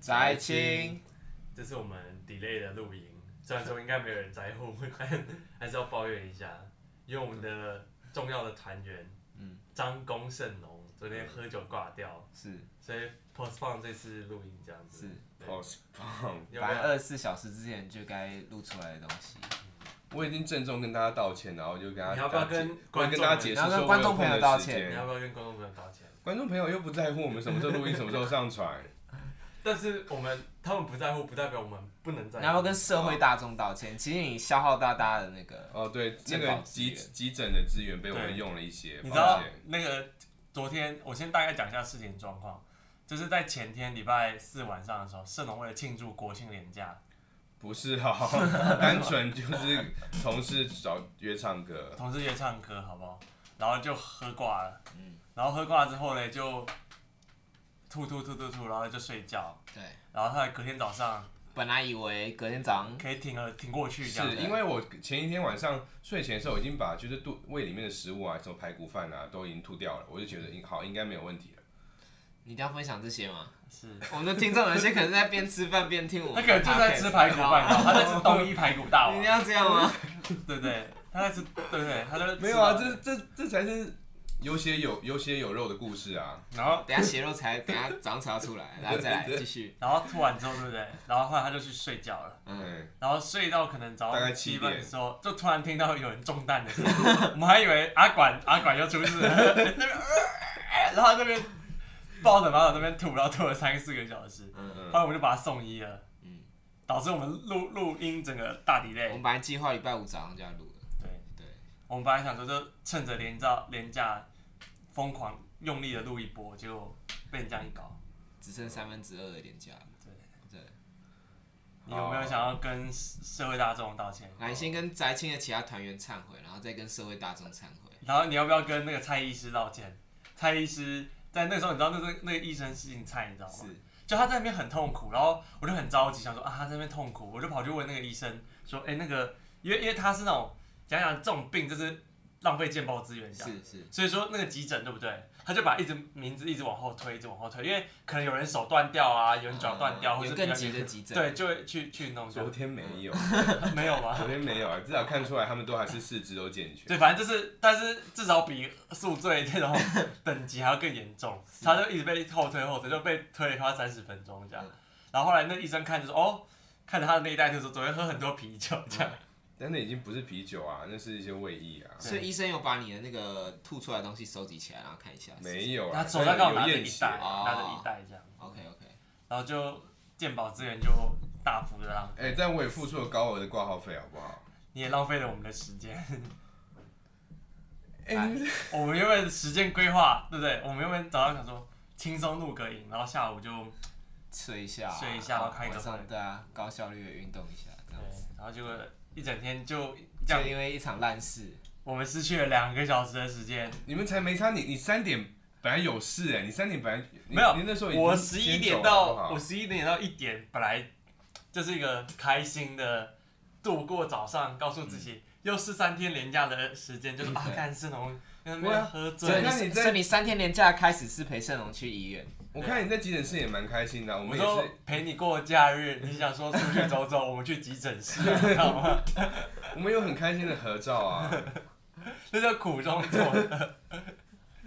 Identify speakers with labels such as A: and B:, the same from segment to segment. A: 宅青，
B: 这是我们 delay 的录音，虽然说应该没有人在乎， 但还是要抱怨一下，因为我们的重要的团员，
A: 嗯，
B: 张公盛龙昨天喝酒挂掉，
A: 是
B: 所以 postpone 这次录音这样子
A: 是。
B: 对
C: 哦 postpone。
B: 有没
A: 反正
B: 有？
A: 二十四小时之前就该录出来的东西。
C: 我已经郑重跟大家道歉，然后就跟他
B: 你要不要跟
C: 我
B: 观
C: 跟
B: 众
C: 大家解释
A: 你要
C: 说
A: 跟观众朋友道歉
C: 我有空的
B: 你
C: 时
B: 要
C: 间
B: 不要跟观众朋友道歉？
C: 观众朋友又不在乎我们什么时候录音，什么时候上 传。
B: 但是我们他们不在乎，不代表我们不能在乎。
A: 你要不要跟社会大众道歉？其实你消耗大家的那个，
C: 哦，对，那
A: 健保
C: 个
A: 资源
C: 急急诊的资源被我们
B: 对
C: 用了一些，
B: 你
C: 抱
B: 知道
C: 歉。
B: 那个昨天，我先大概讲一下事情状况，就是在前天礼拜四晚上的时候，盛龙为了庆祝国庆连假，
C: 不是好， 单纯就是同事找约唱歌，
B: 同事约唱歌，好不好？然后就喝挂了，
C: 嗯
B: 然后喝挂之后呢，就吐吐吐吐吐，然后就睡觉，
A: 对，
B: 然后他隔天早上
A: 本来以为隔天早上
B: 可以挺了挺过去这样
C: 是
B: 子，
C: 因为我前一天晚上睡前的时候已经把就是肚胃里面的食物啊，什么排骨饭啊，都已经吐掉了，我就觉得应好应该没有问题了。
A: 你一定要分享这些吗？
B: 是
A: 我们的听众有些可能在边吃饭边听我
B: 他
A: 们
B: 可能
A: 的 podcast，
B: 就在吃排骨饭， 然后他在吃冬衣排骨大
A: 你一
B: 王
A: 定，要这样吗？
B: 对不对？他在吃，对不对？他在吃
C: 没有啊，这这这才是有血有有血有肉的故事啊。
B: 然后
A: 等一下血肉才，等一下早上才要出来，然后再来继续。
B: 然后吐完之后，对不对？然后后来他就去睡觉了。
A: 嗯，
C: 嗯，
B: 然后睡到可能早
C: 大概
B: 上
C: 七
B: 七分的
C: 点
B: 时候，就突然听到有人中弹的声音， 我们还以为阿管阿管又出事 了，那边、呃然后那边抱着马桶那边吐，然后吐了三四个小时，
A: 嗯
C: 嗯
B: 后来我们就把他送医了，
A: 嗯
B: 导致我们录录音整个大底
A: 我
B: 类。
C: 哦
A: 们本来计划礼拜五早上就要录的，
B: 对，
A: 对，
B: 我们本来想说就趁着连照连假疯狂用力的录一波，结果被你这样一搞。
A: 只剩三分之二的廉价了。
B: 你有没有
C: 哦
B: 想要跟社会大众道歉？
A: 来，先跟宅青的其他团员忏悔，然后再跟社会大众忏悔。
B: 然后你要不要跟那个蔡医师道歉？蔡医师在那时候，你知道那是那个医生姓蔡，你知道吗？
A: 是，
B: 就他在那边很痛苦，然后我就很着急，想说啊，他在那边痛苦，我就跑去问那个医生说，哎、那个，因为因为他是那种讲讲这种病就是浪费健保资源这样，
A: 是是，
B: 所以说那个急诊对不对？他就把一直名字一直往后推，一直往后推，因为可能有人手断掉啊，有人脚断掉，
A: 嗯
B: 或者
A: 有更急的急诊。
B: 对，就会去去弄这
C: 昨
B: 样，
C: 天没有，
B: 没有吗？
C: 昨天没有啊，至少看出来他们都还是四肢都健全。
B: 对，反正就是，但是至少比宿醉这种等级还要更严重。他就一直被后推后推，就被推了他三十分钟这样
A: 嗯。
B: 然后后来那医生看就说，哦，看着他的那一袋就说，昨天喝很多啤酒这样。
C: 但那已经不是啤酒啊，那是一些胃液啊。
A: 所以医生有把你的那个吐出来的东西收集起来，然后看一下。
C: 没有啊，
B: 他手上刚好拿
C: 有啊
B: 着
C: 验
B: 一
C: 血
B: 袋，
A: 哦
B: 拿着一袋这样，
A: OK OK，
B: 然后就健保资源就大幅的浪，
C: 哎、但我也付出了高额的挂号费，好不好？
B: 你也浪费了我们的时间。
C: 哎、
A: 哎
C: 你
B: 我们原本时间规划，对不对？我们原本早上想说轻松录个影，然后下午就
A: 睡一下啊，
B: 睡一下然后开个
A: 晚上
B: 会
A: 对啊，高效率的运动一下，这
B: 对
A: 样子。，
B: 然后结果一整天就这样
A: 就，因为一场烂事，
B: 我们失去了两个小时的时间。
C: 你们才没差，你你三点本来有事哎、你三点本来你
B: 没有
C: 你那时候已经
B: 我十一
C: 先
B: 点
C: 走
B: 到
C: 了好不
B: 我
C: 好
B: 十一点到一点，本来就是一个开心的度过早上，告诉自己、又是三天连假的时间，就是、啊
A: 对，
B: 干是农那
C: 对
B: 边
C: 啊
B: 喝
A: 所以
B: 醉
A: 你
C: 那
B: 了，
C: 你在
A: 所以你三天连假开始是陪盛龙去医院，
C: 我看你在急诊室也蛮开心的啊，我
B: 我
C: 们也是
B: 说陪你过假日，你想说出去走走，我们去急诊室、啊，你知道吗？
C: 我们有很开心的合照啊。
B: 这叫苦中作乐。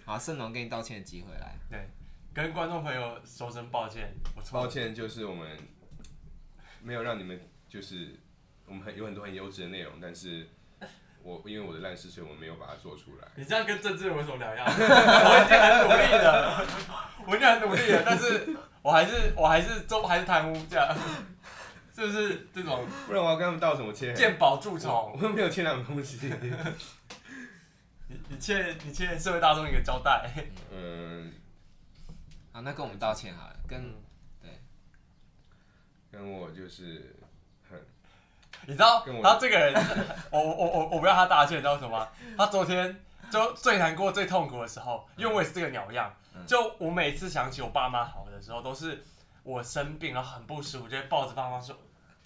A: 好，盛龙给你道歉的机会来。
B: 对，跟观众朋友说声抱歉，我错
C: 抱
B: 了。
C: 歉，就是我们没有让你们，就是我们很有很多很优质的内容，但是我因为我的烂事，所以我没有把它做出 来。
B: 你这样跟政治有什么两样？ 我已经很努力了，我已经很努力了，但是我还是我还是都还是贪污这样， 是不是这种
C: 不然我要跟他们道什么歉？
B: 鉴宝蛀虫？
C: 我又没有欠他们东西。
B: 你你欠你欠社会大众一个交代。
C: 嗯，
A: 好，那跟我们道歉好了，跟
C: 跟我就是很
B: 你知道
C: 跟我
B: 他这个人，我我我我我不让他大歉，你知道为什么吗？他昨天就最难过、最痛苦的时候，因为我也是这个鸟样，
A: 嗯
B: 就我每次想起我爸妈好的时候，都是我生病然后很不舒服，就会抱着爸妈说。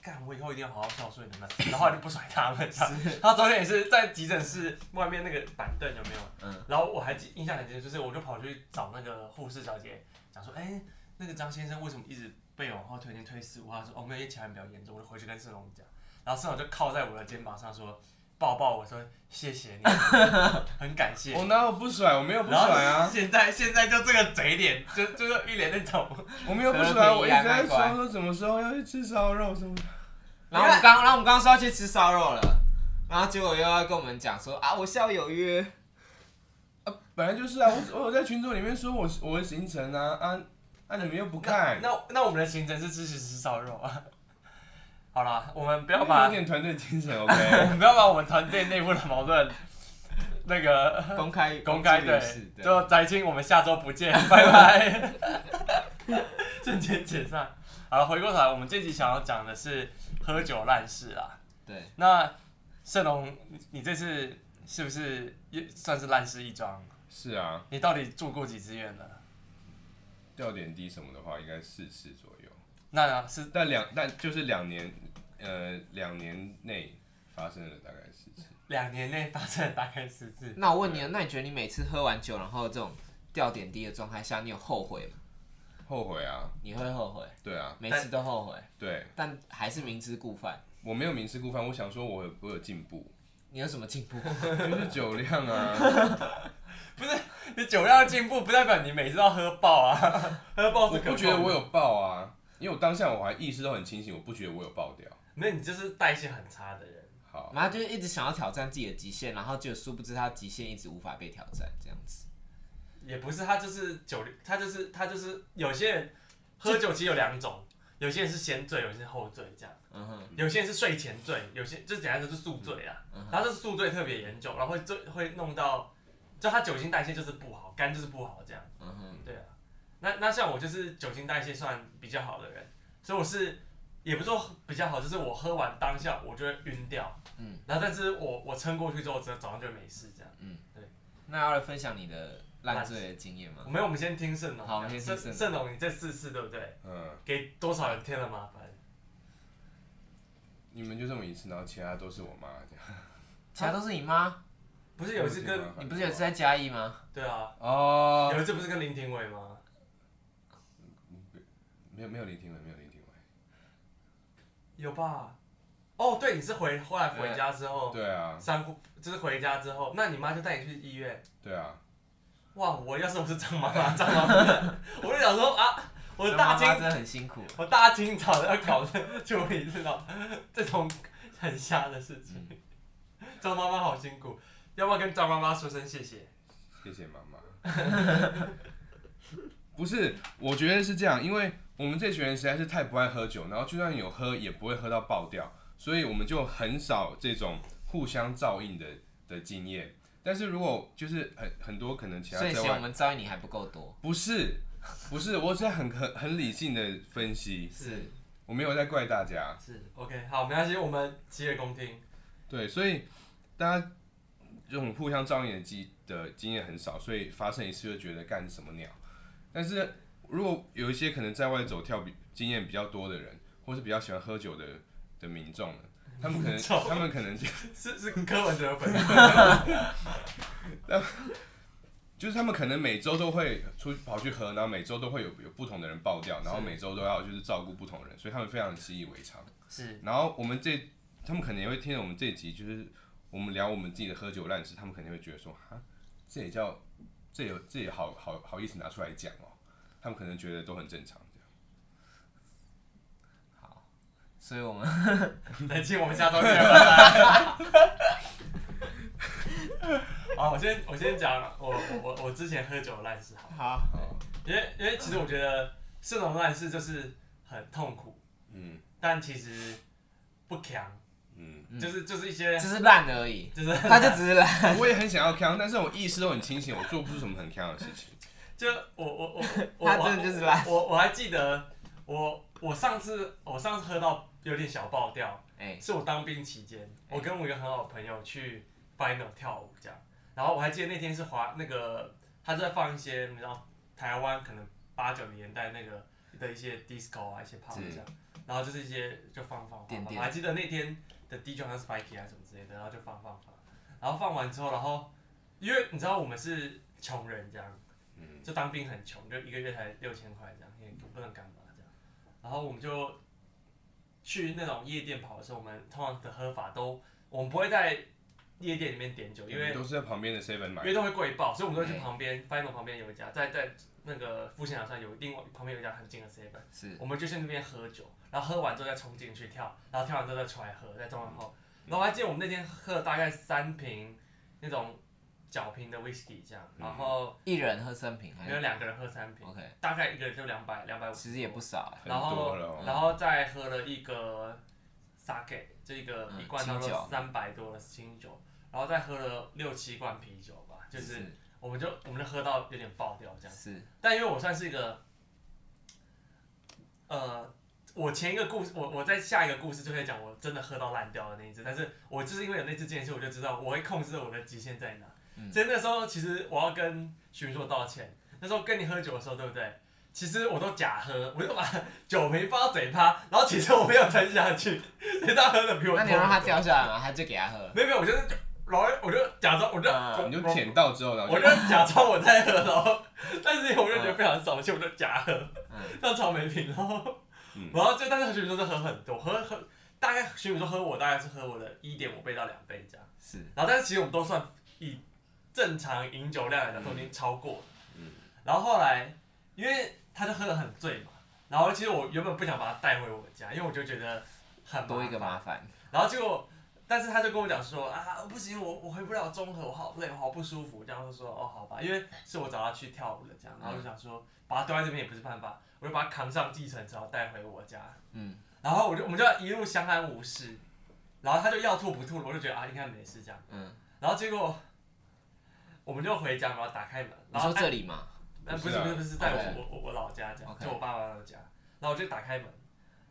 B: 干，我以后一定要好好孝顺你们，然后我就不甩他们。这样 他昨天也是在急诊室外面那个板凳有没有？
A: 嗯，
B: 然后我还记印象很深，就是我就跑去找那个护士小姐，讲说，哎、那个张先生为什么一直被往后推进推四五，他说哦没有，因为前面比较严重，我就回去跟盛龙讲，然后盛龙就靠在我的肩膀上说抱抱我说谢谢你，很感谢。
C: 我哪有不甩？我没有不
B: 然后
C: 甩啊，
B: 现在现在就这个嘴脸，就就是一脸那种，
C: 我没有不
A: 可
C: 甩，
A: 能
C: 我
A: 你
C: 一
A: 还
C: 直在
A: 蛮乖
C: 说说什么时候要去吃烧肉什么的。
A: 然后我们刚，然后我们刚刚说要去吃烧肉了，然后结果又要跟我们讲说啊，我下午有约，
C: 本来就是啊，我我有在群组里面说我我的行程啊啊啊，你们又不看，
B: 那那我们的行程是支持吃烧肉啊。 好啦，我们不要
C: 有
B: 把
C: 点团队精神
B: 我
C: ，OK。
B: 们不要把我们团队内部的矛盾那个
A: 公开
B: 公开
A: 之于
B: 对
A: 世，对，
B: 就翟青，我们下周不见， 拜拜， 瞬间解散。好，回过头来，我们这集想要讲的是喝酒烂事啦。
A: 对，
B: 那盛龙，你你这次是不是也算是烂事一桩？
C: 是啊，
B: 你到底住过几次院呢？
C: 掉点滴什么的话，应该四次左右，
B: 那是
C: 但两但就是两年，呃，两年内发生了大概四次。
B: 两年内发生了大概四次。
A: 那我问你啊，那你觉得你每次喝完酒，然后这种掉点滴的状态下，你有后悔吗？
C: 后悔啊，
A: 你会后悔，
C: 对啊，
A: 每次都后悔，
C: 对，
A: 但还是明知故犯。
C: 我没有明知故犯，我想说我有我有进步，
A: 你有什么进步？
C: 就是酒 量啊，
B: 你酒量进步不代表你每次都要喝爆啊， 喝爆
C: 我
B: 是可
C: 不觉得
B: 控
C: 我
B: 的。
C: 有爆啊，因为我当下我还意识都很清醒，我不觉得我有爆掉。
B: 那你就是代谢很差的人。
C: 好，
A: 然后就是一直想要挑战自己的极限，然后就殊不知他极限一直无法被挑战，这样子。
B: 也不是，他就是酒，他就是他就是有些人喝酒其实有两种，有些人是先醉，有些人是后醉这样，
A: 嗯哼，嗯
B: 有些人是睡前醉，有些就简单就是宿醉啦。然后这宿醉特别严重，然后会醉会弄到，就他酒精代谢就是不好，肝就是不好这样。
A: 嗯哼，
B: 对啊，那那像我就是酒精代谢算比较好的人，所以我是也不是说比较好，就是我喝完当下我就会晕掉，
A: 嗯，
B: 然后但是我我撑过去之后，早早上就没事这样。
A: 那要来分享你的烂醉的经验吗？
B: 没有，我们先听盛龙。
A: 嗯好我们先听
B: 盛
A: 盛
B: 盛龙，你这四次对不对？
C: 嗯，
B: 给多少人添了麻烦？
C: 你们就这么一次，然后其他都是我妈这样。
A: 其他都是你妈，
B: 不是有一次
C: 我有
B: 跟
C: 听吗
A: 你不是有一次在嘉义吗？
B: 对啊，
C: 哦，
A: 呃
B: 有一次不是跟林廷伟吗？
C: 没有没有林庭伟，没有林庭伟。
B: 有吧？哦，对，你是回后来回家之后，
C: 对啊，
B: 三姑就是回家之后，那你妈就带你去医院。
C: 对啊，
B: 哇，我要是我是张妈 妈，张妈妈，我就想说啊，我的大
A: 妈妈
B: 清
A: 真的很辛苦。
B: 我大清早的要搞这处理这种 这种很瞎的事情。
A: 嗯
B: 张妈妈好辛苦，要不要跟张妈妈说声谢谢？
C: 谢谢妈妈。不是，我觉得是这样，因为我们这群人实在是太不爱喝酒，然后就算有喝，也不会喝到爆掉，所以我们就很少这种互相照应的的经验。但是如果就是很很多可能其他
A: 所以
C: 在
A: 嫌我
C: 外
A: 们招你还不够多，
C: 不是不是，我在很很很理性的分析，
A: 是
C: 我没有在怪大家。
B: 是 OK，好，没关系，我们洗耳恭听。
C: 对，所以大家这种互相照应的经的经验很少，所以发生一次就觉得干什么鸟。但是如果有一些可能在外走跳比经验比较多的人，或是比较喜欢喝酒的的民众呢，他们可能
B: 民众
C: 他们可能就是
B: 是柯文哲粉 丝，
C: 就是他们可能每周都会出去跑去喝，然后每周都会有有不同的人爆掉，然后每周都要就是照顾不同人，所以他们非常习以为常。
B: 是
C: 然后我们这，他们可能也会听了我们这一集，就是我们聊我们自己的喝酒烂事，他们肯定会觉得说，哈，这也叫，这也这也好好好意思拿出来讲哦，他们可能觉得都很正常。这样
A: 好，所以我们
B: 再见，我们下周见，拜拜。 好，我先我先讲我我我我之前喝酒的烂事好了，
A: 好
C: 好，
B: 因为因为其实我觉得这种烂事就是很痛苦，
C: 嗯
B: 但其实不强，
C: 嗯，
A: 嗯
B: 就是就是一些
A: 只是烂而已，
B: 就是
A: 他就只是烂。
C: 我也很想要康，但是我意识都很清醒，我做不出什么很康的事情。
B: 就我我我我
A: 他真的就是烂
B: 我我还记得我我上次我上次喝到有点小爆掉，
A: 哎，
B: 是我当兵期间，我跟我一个很好的朋友去 final 跳舞这样，然后我还记得那天是华那个他在放一些你知道台湾可能八九零年代那个的一些 disco 啊一些 pop
C: 是
B: 这样，然后就是一些就放放放
A: 点
B: 放，
A: 点
B: 我还记得那天的 DJ 好像是 Spikey 啊什么之类的，然后就放放放，然后放完之后，然后因为你知道我们是穷人这样，
C: 嗯
B: 就当兵很穷，就一个月才六千块这样，也不能干嘛这样，然后我们就去那种夜店跑的时候，我们通常的喝法都，我们不会在夜店里面点酒，因为
C: 你都是在旁边的 seven
B: 因
C: 买
B: 为都会贵爆，所以我们都会去
A: 嗯
B: 旁边，发现我旁边有一家，在在那个复兴场上有另外旁边有一家很近的 seven。
A: 是
B: 我们就去那边喝酒，然后喝完之后再冲进去跳，然后跳完之后再出来喝，再中完后，然后我还记得我们那天喝了大概三瓶那种小瓶的 whisky 这样，然后
A: 一人喝三瓶还
B: 没有
A: 是
B: 两个人喝三瓶，
A: ？OK，
B: 大概一个人就两百两百五，
A: 其实也不少欸，
C: 很
B: 然后
C: 多了、哦。
B: 然后再喝了一个 sake，这一个
A: 嗯
B: 一罐差不
A: 清
B: 多
A: 酒
B: 三百多的清酒，然后再喝了六七罐啤酒吧，就是我们就我们就喝到有点爆掉这样。
A: 是
B: 但因为我算是一个，呃，我前一个故事，我我在下一个故事就可以讲我真的喝到烂掉的那一次，但是我就是因为有那次这件事，我就知道我会控制我的极限在哪。
A: 嗯
B: 所以那时候其实我要跟许明硕道歉，那时候跟你喝酒的时候，对不对？其实我都假喝，我就把酒瓶放到嘴巴，然后其实我没有吞下去，所以他喝的比我多。
A: 那你让他？掉下来嘛，他就给他喝。
B: 没有没有，我就是，然后我就假装，我就、
A: 嗯
C: 你就舔到之后，然后
B: 我
C: 就
B: 就假装我在喝，然后但是我就觉得非常扫兴，我就假喝，
A: 嗯
B: 当草莓瓶，然后、
C: 嗯
B: 然后就但是徐宇说是喝很多，喝喝大概徐宇说喝我大概是喝我的一点五倍到两倍这样，
A: 是
B: 然后但是其实我们都算以正常饮酒量来讲都已经超过了，
C: 嗯
B: 然后后来因为他就喝得很醉嘛，然后其实我原本不想把他带回我家，因为我就觉得很麻
A: 多一个
B: 烦
A: 麻烦，
B: 然后结果，但是他就跟我讲说啊，不行，我我回不了综合，我好累，我好不舒服。这样我就说哦，好吧，因为是我找他去跳舞的，这样，然后我
A: 嗯
B: 就想说把他丢在这边也不是办法，我就把他扛上计程车，然后带回我家。
A: 嗯，
B: 然后我就我们就一路相安无事，然后他就要吐不吐，我就觉得啊应该没事这样。
A: 嗯，
B: 然后结果我们就回家，然后打开门，
A: 你
B: 然后
A: 说这里嘛，
B: 呃，不
C: 不
B: 是
C: 是啊
B: 不是不是，在我
A: OK
B: 我我我老家这样，
A: OK
B: 就我爸爸老家。然后我就打开门，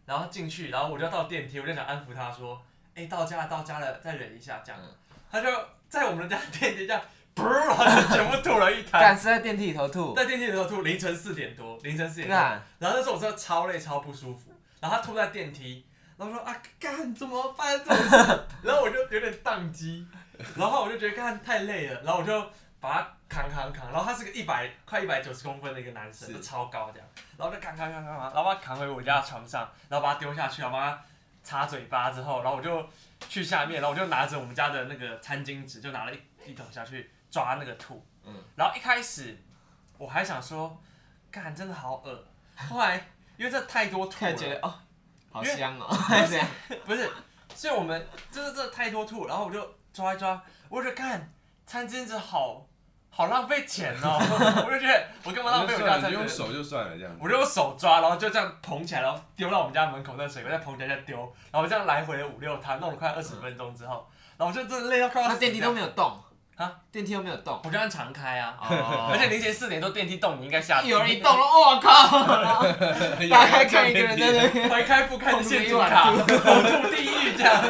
B: 然后进去，然后我就到电梯，我就想安抚他说：“哎，到家了，到家了，再忍一下。”这样
A: 嗯，
B: 他就在我们的家电梯这样，噗，然后就全部吐了一滩。
A: 干是在电梯里头吐，
B: 在电梯的时候吐，凌晨四点多，凌晨四点多。
A: 干
B: 然后那时候我真的超累超不舒服，然后他吐在电梯，然后说啊干怎么办怎么 办然后我就有点宕机，然后我就觉得干太累了，然后我就把他扛扛扛，然后他是个一百快一百九十公分的一个男生，
A: 是
B: 就超高这样，然后就扛扛扛扛扛，然后把他扛回我家的床上，然后把他丢下去，然后帮他擦嘴巴之后，然后我就去下面，然后我就拿着我们家的那个餐巾纸，就拿了一一桶下去抓那个吐，
A: 嗯
B: 然后一开始我还想说，干真的好恶，后来因为这太多吐
A: 看
B: 了，
A: 觉得哦，好
B: 因为
A: 香哦，
B: 为
A: 这样
B: 不是，所以我们就是这太多吐，然后我就抓一抓，我就看餐巾纸好好浪费钱哦， 我就觉得我干嘛浪费我家
C: 算了，
B: 餐
C: 你就用
B: 巾纸？
C: 手就算了，这样子。
B: 我就 用手抓，然后就这样捧起来，然后丢到我们家门口那水沟，再捧起来再丢，然后这样来回五六趟，弄了快二十分钟之后，然后我就真的累到快要
A: 他
B: 死
A: 电梯都
B: 掉
A: 没有动
B: 啊，
A: 电梯都没有动，
B: 我就按常开啊，
A: 哦
B: 而且凌晨四点多电梯动，你应该下
A: 有人一 动了，我靠！打开看一个人在那边，
B: 怀开不开的现金卡，
A: 恐
B: 呕吐地狱这样。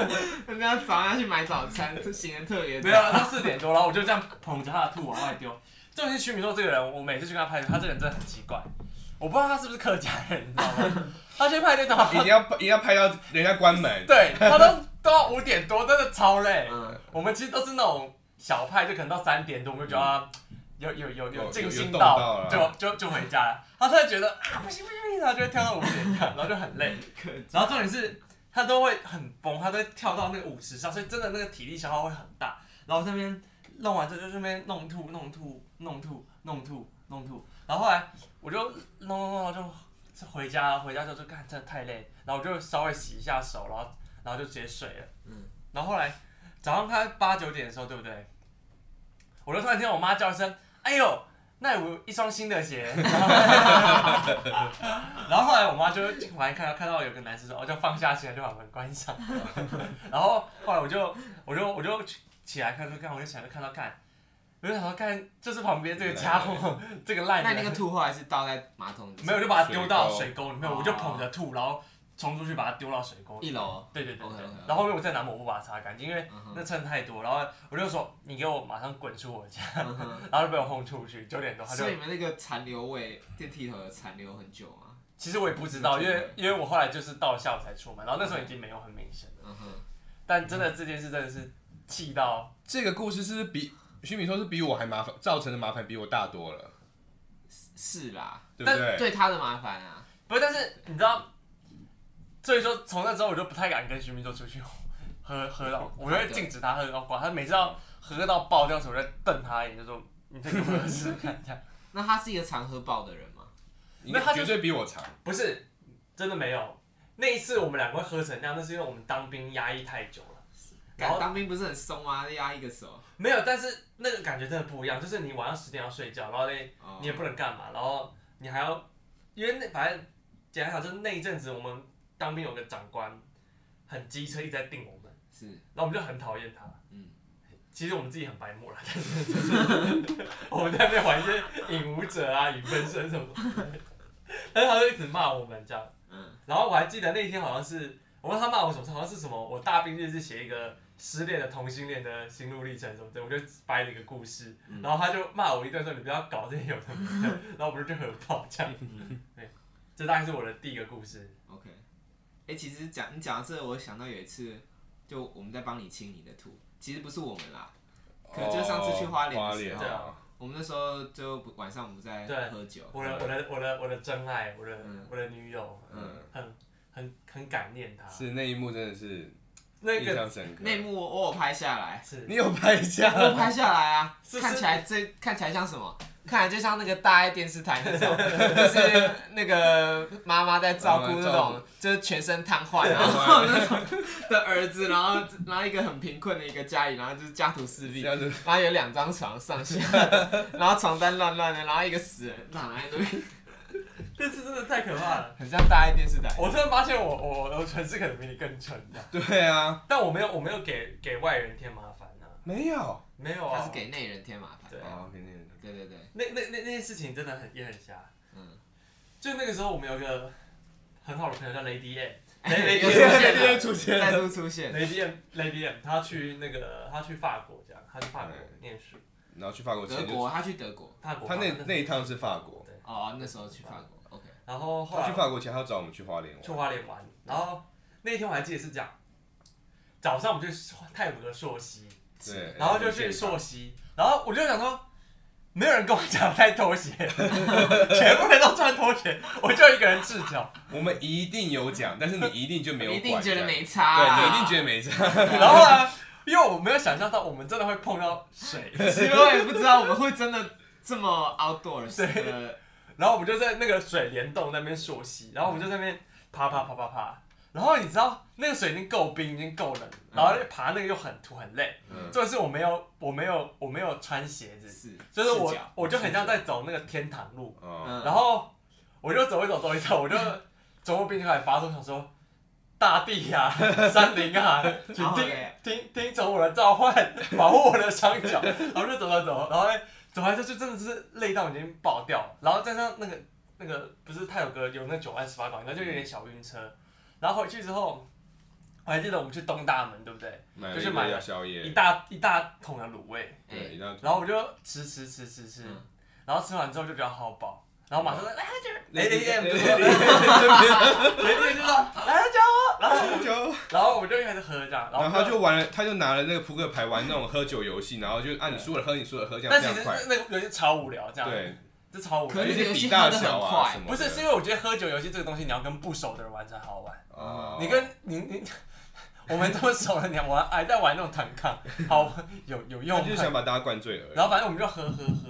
A: 人家早上去买早餐，这醒的特别
B: 没有，他四点多，然后我就这样捧着他的吐往外丢。重点是徐敏硕这个人，我每次去跟他派对，他这个人真的很奇怪，我不知道他是不是客家人，你知道吗？他去派对到
C: 一定要一定要拍到人家关门。
B: 对，他都都要五点多，真的超累。
A: 嗯，
B: 我们其实都是那种小派，就可能到三点多，我们就觉得啊有有有
C: 有
B: 有尽
C: 有
B: 兴
C: 动到了
B: 就就就回家了。他突然觉得啊不行不行不行，然后就会跳到五点这样，然后就很累。然后重点是他都会很崩，他都会跳到那个舞池上，所以真的那个体力消耗会很大。然后这边弄完之后就这边弄吐弄吐弄吐弄吐弄吐，然后后来我就弄弄弄，然后就回家，回家之后就看真的太累，然后我就稍微洗一下手，然后然后就直接睡了。
A: 嗯，
B: 然后后来早上开八九点的时候，对不对？我就突然听到我妈叫一声：“哎呦！”那我有一双新的鞋，然后后来我妈就进房间看到看到有个男生说，哦我就放下鞋就把门关上，然后后来我就我就我就起来看说看，我就想看到看，我就想说看，就是旁边这个家伙，这个烂
A: 那
B: 人，
A: 你那个吐后来是倒在马桶里，
B: 没有，我就把它丢到水沟里面，
A: 水沟哦
B: 我就捧着吐，然后冲出去把它丢到水沟里。
A: 一楼，
B: 对对对对
A: OK，OK，OK
B: 然后后面我再拿抹布把它擦干净，因为
A: 嗯
B: 那
A: 哼
B: 蹭太多。然后我就说你给我马上滚出我家，
A: 嗯哼
B: 然后就被我轰出去。九点多他就
A: 所以，你们那个残留味，电梯头有残留很久吗？
B: 其实我也不知道，因为因为我后来就是到下午才出门，然后那时候已经没有很明显了。
A: 嗯哼，
B: 但真的这件事真的是气到，
C: 这个故事是不是比徐敏说是比我还麻烦，造成的麻烦比我大多了，
A: 是啦，
C: 对不
A: 对他的麻烦啊，
B: 不是，但是你知道所以说从那之后我就不太敢跟徐明洲出去喝喝到，我就会禁止他喝到挂，他每次要喝到爆掉的时候，我就瞪他一眼，就说你再给我喝试试看这样。
A: 那他是一个常喝爆的人吗？
C: 你
B: 那他就
C: 绝对比我长。
B: 不是，真的没有。那一次我们两个会喝成那样，那是因为我们当兵压抑太久了。然
A: 敢
B: 后
A: 当兵不是很松吗？压一个手，
B: 没有，但是那个感觉真的不一样，就是你晚上十点要睡觉，然后嘞
A: 哦
B: 你也不能干嘛，然后你还要，因为那反正简单讲就是那一阵子我们当兵有个长官很机车，一直在定我们，
A: 是
B: 然后我们就很讨厌他。
A: 嗯
B: 其实我们自己很白目啦，但是就是 我们在那边玩一些影舞者啊、影分身什么的，但是他就一直骂我们这样。
A: 嗯，
B: 然后我还记得那天好像是，我问他骂我什么事，好像是什么我大兵日记写一个失恋的同性恋的心路历程什么的，我就掰了一个故事，
A: 嗯
B: 然后他就骂我一顿说你不要搞这些有的没的，然后我们就很爆这样。
A: 嗯
B: 对，这大概是我的第一个故事。
A: OK，哎、其实讲你讲到这，我想到有一次，就我们在帮你清你的土，其实不是我们啦，可能就是上次去花莲
C: 哦花
A: 的时
C: 莲
A: 候
B: 对啊
A: 我们那时候就不晚上我们在
B: 对
A: 喝
C: 嗯
A: 酒，
B: 我的我的我的我的真爱，我的、
A: 嗯
B: 我的女友，
A: 嗯，
B: 很很很感念她。
C: 是那一幕真的是
B: 那
C: 印
B: 个
C: 象深刻。
A: 内幕我我有拍下来，
B: 是
C: 你有拍下
A: 我有拍下来 啊，
B: 是是
A: 看起来这看起来像什么？看起来就像那个大爱电视台那种， 就是那个妈妈在照顾那
C: 妈妈照
A: 种，就是全身瘫痪，然后那种 的儿子，然后然后一个很贫困的一个家里，然后就是家徒四壁
C: 这，样子，
A: 然后有两张床上 下，然后床单乱乱的，然后一个死人躺在那边，
B: 这次真的太可怕了。
A: 很像大爱电视台。
B: 我突然发现我我我蠢是可能比你更蠢的，
C: 对啊，
B: 但我没有我没有给给外人添麻烦啊，
C: 没有。
B: 没有啊。
A: 他是给内人添麻烦。
B: 对
C: 哦，给你
A: 哦对对对，
B: 那那那那件事情真的很也很瞎。
A: 嗯，
B: 就那个时候我们有一个很好的朋友叫 Lady M，Lady
A: 又出现
B: M，Lady
A: 了，
C: 出现了
A: 再度出现。
B: Lady M，Lady M，他去那个他去法国这样，他去法国念书，
C: 然后去法国
A: 德
C: 前就，
A: 国，
B: 啊
A: 他去德国。
B: 法国
C: 他嗯那
B: 法国
C: 那一趟是法国，
A: 哦，那时候去法国。OK，
B: 然后后
C: 他
B: 来
C: 去法国前他要找我们去花莲
B: 去
C: 玩。
B: 花莲玩，然后那天我还记得是这样，早上我们去泰国的朔溪，
A: 哎
C: 对，
B: 然后就去朔溪，然后我就想说，没有人跟我讲带拖鞋， 全部人都穿拖鞋，我就一个人赤脚，
C: 我们一定有讲，但是你一定就没 有
A: 你一定
C: 管，
A: 觉得没差
C: 这样，
A: 啊，
C: 对你一定觉得没差。
B: 然后呢，因为我没有想象到我们真的会碰到水，
A: 其实我也不知道我们会真的这么 outdoors
B: 对
A: 的。
B: 然后我们就在那个水帘洞那边溯溪，然后我们就在那边爬爬爬爬爬，然后你知道那个水已经够冰，已经够冷，然后爬那个又很土很累，
C: 嗯
B: 重点是我没有我没有我没有穿鞋子，
A: 是，
B: 就是我
A: 视角
B: 我就很像在走那个天堂路，
C: 哦，
A: 嗯
B: 然后我就走一走走一走，我 就走过冰就开始发出想说。大地啊，山林啊，请
A: 然后
B: 听
A: 嘞
B: 听听从我的召唤，保护我的双脚。然后就走走走，然后嘞走完就是真的是累到已经爆掉了，然后加上那个那个不是泰有哥有那九万十八广告，就有点小晕车。然后回去之后，我还记得我们去东大门，对不对？
C: 买
B: 就
C: 了
B: 是
C: 一
B: 买
C: 个
B: 了
C: 要宵
B: 一
C: 夜，
B: 大一大桶的卤味，
C: 对，一定要
B: 然后我就吃吃吃吃吃
A: 嗯，
B: 然后吃完之后就比较好饱，然后马上就哎雷雷
C: 雷
B: M 就
C: 雷
B: 说
C: 雷
B: 雷雷就说来教我，然后
C: 酒，
B: 然后我就开始喝这样，
C: 然后
B: 后
C: 他就玩了，他就拿了那个扑克牌玩那种喝酒游戏，然后就啊你输了喝，你输了喝，这样
B: 但
C: 这
B: 其
C: 样
B: 实
C: 快，
B: 那个游戏超无聊，这样
C: 对，
B: 这超无
A: 可
B: 聊
A: 是。那
C: 有
A: 个
C: 些
A: 游戏
C: 比
A: 喝
C: 大
A: 得很
C: 小啊
A: 快
C: 什么的，
B: 不是，是因为我觉得喝酒游戏这个东西，你要跟不熟的人玩才好玩。
C: 哦
B: 你跟你你，我们这么熟了，你还玩哎还在玩那种弹抗，好有有用
C: 他
B: 吗
C: 就？想把大家灌醉而已。
B: 然后反正我们就喝喝喝，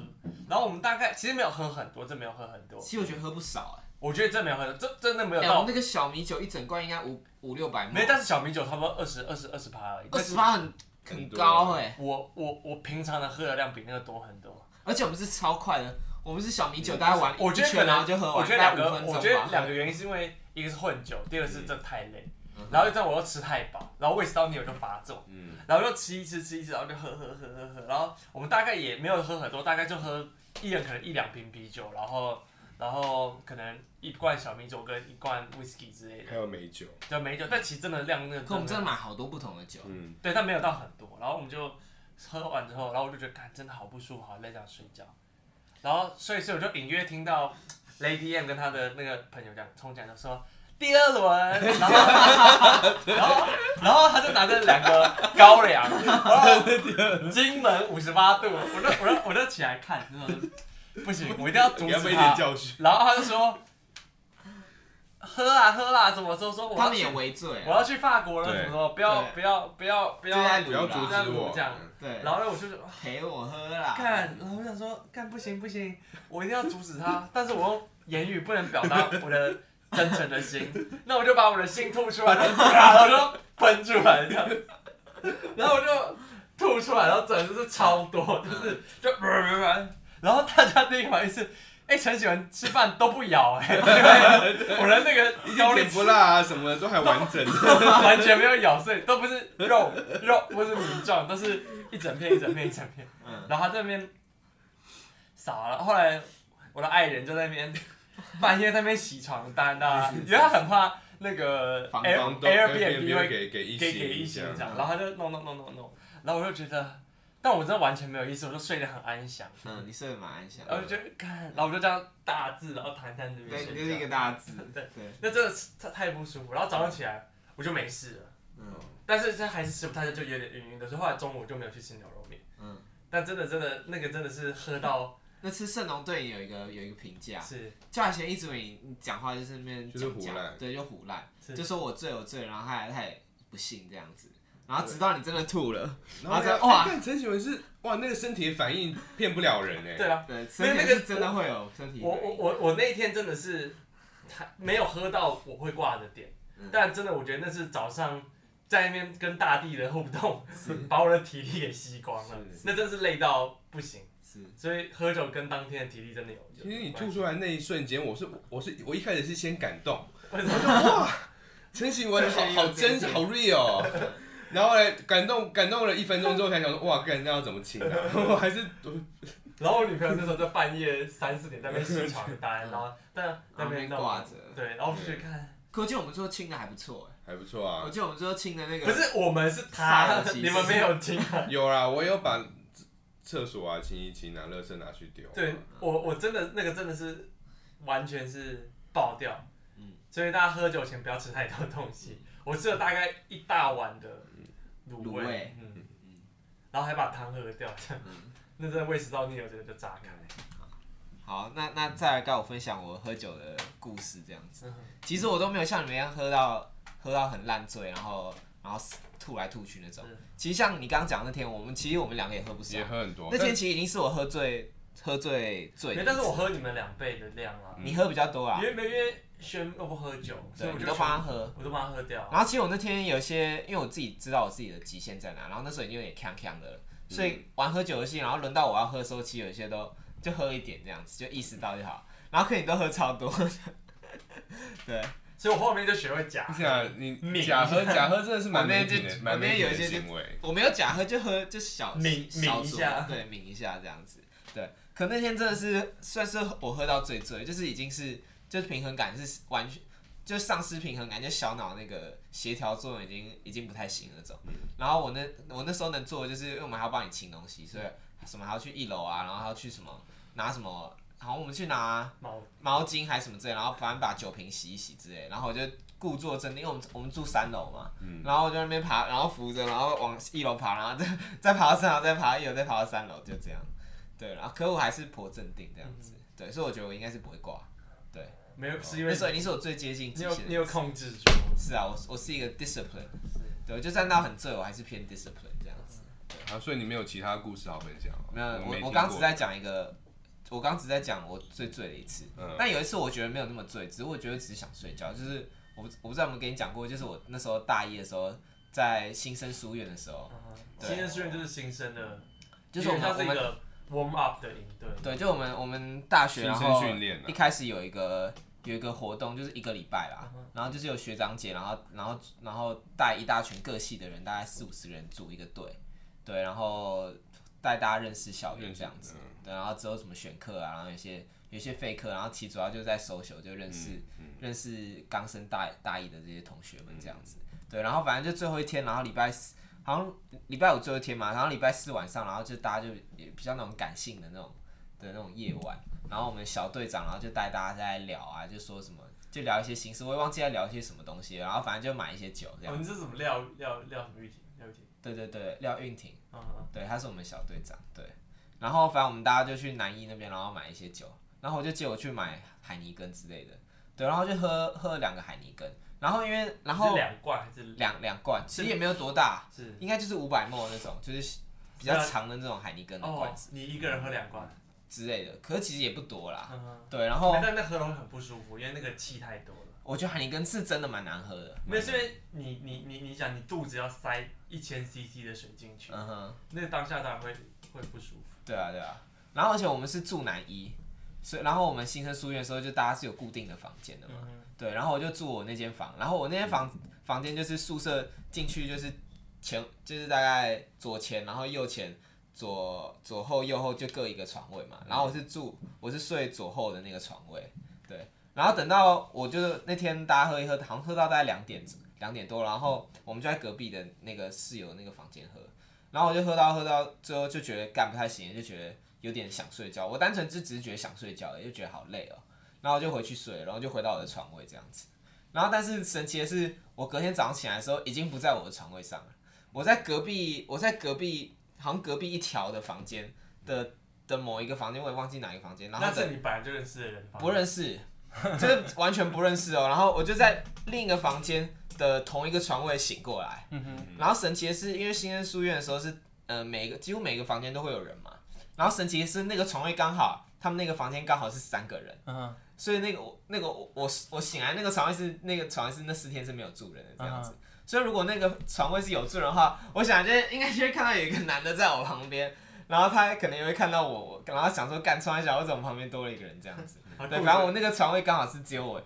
B: 然后我们大概其实没有喝很多，真没有喝很多。
A: 其实我觉得喝不少哎，
B: 我觉得真没有喝很多，这真的没有
A: 哎，我
B: 到
A: 们那个小米酒一整罐应该五五六百
B: 没有，
A: ml，
B: 但是小米酒差不多二十二十二十趴而已。
A: 二十八很很
B: 啊
A: 高哎，
B: 我我我平常的喝的量比那个多很多。
A: 而且我们是超快的，我们是小米酒，大概玩
B: 嗯我觉得
A: 一
B: 可
A: 圈然
B: 能
A: 后就喝
B: 我
A: 完，
B: 觉得
A: 大
B: 两
A: 概五
B: 个
A: 分，
B: 我觉得
A: 钟
B: 两
A: 吧。
B: 个原因是因为一个是混酒，第二个是真的太累，
A: 嗯
B: 然后又在我又吃太饱，然后胃食道逆流就发作，
C: 嗯，
B: 然后又吃一吃吃一吃，然后就喝喝喝喝喝，然后我们大概也没有喝很多，大概就喝一人可能一两瓶啤酒，然后然后可能一罐小米酒跟一罐 whisky 之类的，
C: 还有美酒，
B: 就没酒，但其实真的量那个
A: 可我们真的
B: 的
A: 买好多不同的酒，
C: 嗯，
B: 对，但没有到很多，然后我们就喝完之后，然后我就觉得，干真的好不舒服，好累，想睡觉。然后所以所以我就隐约听到 Lady M 跟她的那个朋友讲冲讲就说第二轮，然后然后然后他就拿着两个高粱，然后金门五十八度，我就我就我就起来看，真的是不行，我一定要阻
C: 给他们
B: 止
C: 一点
B: 他。
C: 教训。
B: 然后他就说喝啊喝啦，怎么说说我
A: 他
B: 要
A: 们
B: 去
A: 也围罪
B: 我
A: 啊，
B: 要去法国了，
C: 对
B: 怎么说不要
A: 对
B: 不要不要不要
A: 就在
C: 不要
A: 堵
C: 阻
A: 啦
C: 止我
B: 这样。
A: 对，
B: 然后呢我就是哇
A: 陪我喝啦，
B: 干，然后我想说干不行不行，我一定要阻止他，但是我用言语不能表达我的真诚的心， 那我就把我的心吐出来，然后就喷出来这样，然后我就吐出来，然后整个就是超多，就是就然后大家第一个反应是。哎，陈喜文吃饭都不咬哎、 因为我的那个腰力
C: 点不辣啊什么的都还完整，
B: 完全没有咬碎，都不是肉肉，不是米状，都是一整片一整片一整片。
A: 嗯，
B: 然后他这边傻了，后来我的爱人就在那边半夜在那边洗床单啊，因为他很怕那个
A: 房
B: Air-
C: 房东呃
B: Airbnb 会
C: 给给一
B: 给
C: 星
B: 给一星
C: 这
B: 这
C: 样
B: 样，然后他就弄弄弄弄弄，然后我就觉得，但我真的完全没有意思，我就睡得很安详，
A: 嗯，你睡得蛮安详的，
B: 然后就看，然后我就这样大字，然后躺在那边
A: 对，
B: 睡觉，
A: 你就是一个大字，
B: 对
A: 对，
B: 那真的是太太不舒服，然后早上起来我就没事了。
A: 嗯
B: 但是这还是吃不太，就有点晕晕的，所以后来中午就没有去吃牛肉面。
A: 嗯。
B: 但真的真的那个真的是喝到
A: 那次盛隆对你有一个有一个评价，
B: 是
A: 就以前一直以为你你讲话就是那边
C: 就是
A: 讲
C: 胡
A: 讲
C: 乱
A: 对，就胡乱，
B: 是
A: 就说我醉我醉，然后他还他也不信这样子，然后直到你真的 吐了，
C: 然
A: 然
C: 后
A: 后
C: 说
A: 说哇
C: 哇，看陈启文是哇，那个身体的反应骗不了人
B: 对
C: 哎，
B: 啦，
A: 对，
B: 没有
A: 身
B: 那
A: 体
B: 个
A: 是真的会有身体
B: 我我我我那一天真的是还没有喝到我会挂的点，
A: 嗯
B: 但真的我觉得那是早上在那边跟大地的互动， 把我的体力给吸光了，
C: 是
B: 那真是累到不行。
A: 是
B: 所以喝酒跟当天的体力真的有。有
C: 其实你
B: 关
C: 吐
B: 系
C: 出来那一瞬间，我是我是我一开始是先感动，
B: 为什么
C: 陈启文好
A: 陈启文
C: 好真
A: 真
C: 好 real，哦然后嘞感动感动了一分钟之后才想说哇，干这要怎 么亲啊？我还是
B: 然后我女朋友那时候在半夜三四点在那边洗床单，然后但那边
A: 然后那边挂着
B: 对，然后我就觉得看，
A: 可我记得我们最后亲的还不错哎、
C: 还不错啊
A: 我，记得我们最后亲的那个
B: 不是我们是他
A: 煞有其，事
B: 你们没有听啊？
C: 有啦，我有把厕所啊清一清啊，垃圾拿去丢啊。
B: 对我我真的那个真的是完全是爆掉，
A: 嗯
B: 所以大家喝酒前不要吃太多东西。我吃了大概一大碗的卤
A: 卤味
B: 嗯，然后还把汤喝掉，那真的胃食道逆流真的就炸开。
A: 好，那那再来跟我分享我喝酒的故事这样子。
B: 嗯
A: 其实我都没有像你们一样喝到喝到很烂醉，然后然后吐来吐去那种
B: 嗯。
A: 其实像你刚刚讲的那天，我们其实我们两个也喝不少
C: 也。喝很多。
A: 那天其实已经是我喝醉喝醉醉的
B: 没
A: 一次，
B: 但是我喝你们两倍的量啊，
A: 你喝比较多啦
B: 因，为没因为轩都不喝酒，所以
A: 嗯对，
B: 我
A: 你
B: 就
A: 都
B: 全
A: 帮他
B: 部
A: 喝。
B: 我都把它喝掉。
A: 然后其实我那天有一些，因为我自己知道我自己的极限在哪，然后那时候已经有点呛呛的了，所
B: 嗯
A: 以玩喝酒游戏，然后轮到我要喝的时候，其实有一些都就喝一点这样子，就意识到就好。然后可你都喝超多， 对，
B: 所以我后面就学会假。
C: 是啊，你
B: 抿
C: 假喝假喝真的是蛮
A: 我那
C: 没
A: 天
C: 品
A: 就
C: 的，
A: 我
C: 蛮
A: 那
C: 没
A: 天
C: 品
A: 有
C: 的
A: 一些就
C: 行为。
A: 我没有假喝，就喝就小
B: 抿
A: 小
B: 抿一
A: 酌
B: 下
A: 对，抿一下这样子，对。可那天真的是算是我喝到最醉，就是已经是就是平衡感是完全就丧失平衡感，就小脑那个协调作用已经已经不太行了那种。
B: 嗯
A: 然后我那我那时候能做的就是，因为我们还要帮你清东西，所以什么还要去一楼啊，然后还要去什么拿什么，好像我们去拿
B: 毛
A: 毛巾还是什么之类，然后反正把酒瓶洗一洗之类，然后我就故作镇定，因为我们我们住三楼嘛，然后我就在那边爬，然后扶着，然后往一楼爬，然后再 再爬到三楼，再爬一楼，再爬到三楼，就这样。对，然后可我还是颇镇定这样子，对，所以我觉得我应该是不会挂。
B: 没有，嗯是因为
A: 那时候已经是我最接近极
B: 你有
A: 限
B: 你
A: 的，
B: 有控制住。
A: 是啊，我我是一个 discipline，对，我就算到很醉，我还是偏 discipline 这样子。
C: 啊，所以你没有其他故事好分享哦？
A: 没有，
C: 没
A: 我
C: 听
A: 我刚
C: 过
A: 只在讲一个，我刚只在讲我最醉的一次。
C: 嗯
A: 但有一次我觉得没有那么醉，只是我觉得只是想睡觉。就是我不我不知道有没有跟你讲过，就是我那时候大一的时候，在新生书院的时候，对
B: 新生训练就是新生的，
A: 就是我
B: 因
A: 们
B: 为它是
A: 我
B: 一
A: 们
B: 个 warm up 的营队，
A: 对，就我们我们大学
C: 新
A: 然
C: 生
A: 后
C: 训练啊
A: 一开始有一个有一个活动，就是一个礼拜啦，然后就是有学长姐，然后然后然后带一大群各系的人，大概四五十人组一个队，对，然后带大家认识校园这样子，对，然后之后什么选课啊，然后有些有些废课，然后其实主要就是在 social 就认识、认识刚升大大一的这些同学们这样子，对，然后反正就最后一天，然后礼拜四。好像礼拜五最后一天嘛，然后礼拜四晚上，然后就大家就也比较那种感性的那种。的那种夜晚，然后我们小队长，然后就带大家在聊啊，就说什么，就聊一些心事，我也忘记在聊一些什么东西了，然后反正就买一些酒这
B: 哦，
A: 样。
B: 你这怎么料料料什么玉婷？廖玉婷，
A: 对对对，廖运婷，
B: 嗯，
A: 对，他是我们小队长，对。然后反正我们大家就去南一那边，然后买一些酒，然后我就借我去买海尼根之类的，对，然后就喝喝了两个海尼根，然后因为然
B: 是
A: 后
B: 两罐还是
A: 两两罐，其实也没有多大，
B: 是
A: 应该就是五百 ml 那种，就是比较长的那种海尼根的罐
B: 啊哦，你一个人喝两罐，
A: 之类的，可是其实也不多啦。
B: 嗯哼
A: 对，然后
B: 但那喝了会很不舒服，因为那个气太多了。
A: 我觉得海尼根是真的蛮难喝的，
B: 没有，是因为你你你你想，你肚子要塞一千 CC 的水进去，
A: 嗯哼，
B: 那当下当然会会不舒服。
A: 对啊对啊，然后而且我们是住南一，所以然后我们新生书院的时候就大家是有固定的房间的嘛，
B: 嗯
A: 对，然后我就住我那间房，然后我那间房房间就是宿舍进去就是前就是大概左前，然后右前，左左后右后就各一个床位嘛，然后我是住我是睡左后的那个床位，对，然后等到我就是那天大家喝一喝，好像喝到大概两点两点多，然后我们就在隔壁的那个室友那个房间喝，然后我就喝到喝到最后就觉得干不太行，就觉得有点想睡觉，我单纯就只是觉得想睡觉，也就觉得好累哦。然后我就回去睡了，然后就回到我的床位这样子。然后但是神奇的是，我隔天早上起来的时候已经不在我的床位上了，我在隔壁，我在隔壁，好像隔壁一条的房间的的某一个房间，我也忘记哪一个房间。然后
B: 那是你本来就认识的人吧？
A: 不认识， 就是完全不认识哦。然后我就在另一个房间的同一个床位醒过来。然后神奇的是，因为新生书院的时候是，呃，每个几乎每个房间都会有人嘛。然后神奇的是，那个床位刚好，他们那个房间刚好是三个人，
B: 嗯
A: 所以那个我那个我我我醒来那个床位是那个床位是那四天是没有住人的这样子。所以如果那个床位是有住人的话，我想就是应该就会看到有一个男的在我旁边，然后他可能也会看到我，我然后想说干穿一下，为什么旁边多了一个人这样子？
B: 好
A: 对，
B: 啊酷
A: 反正我那个床位刚好是只有我，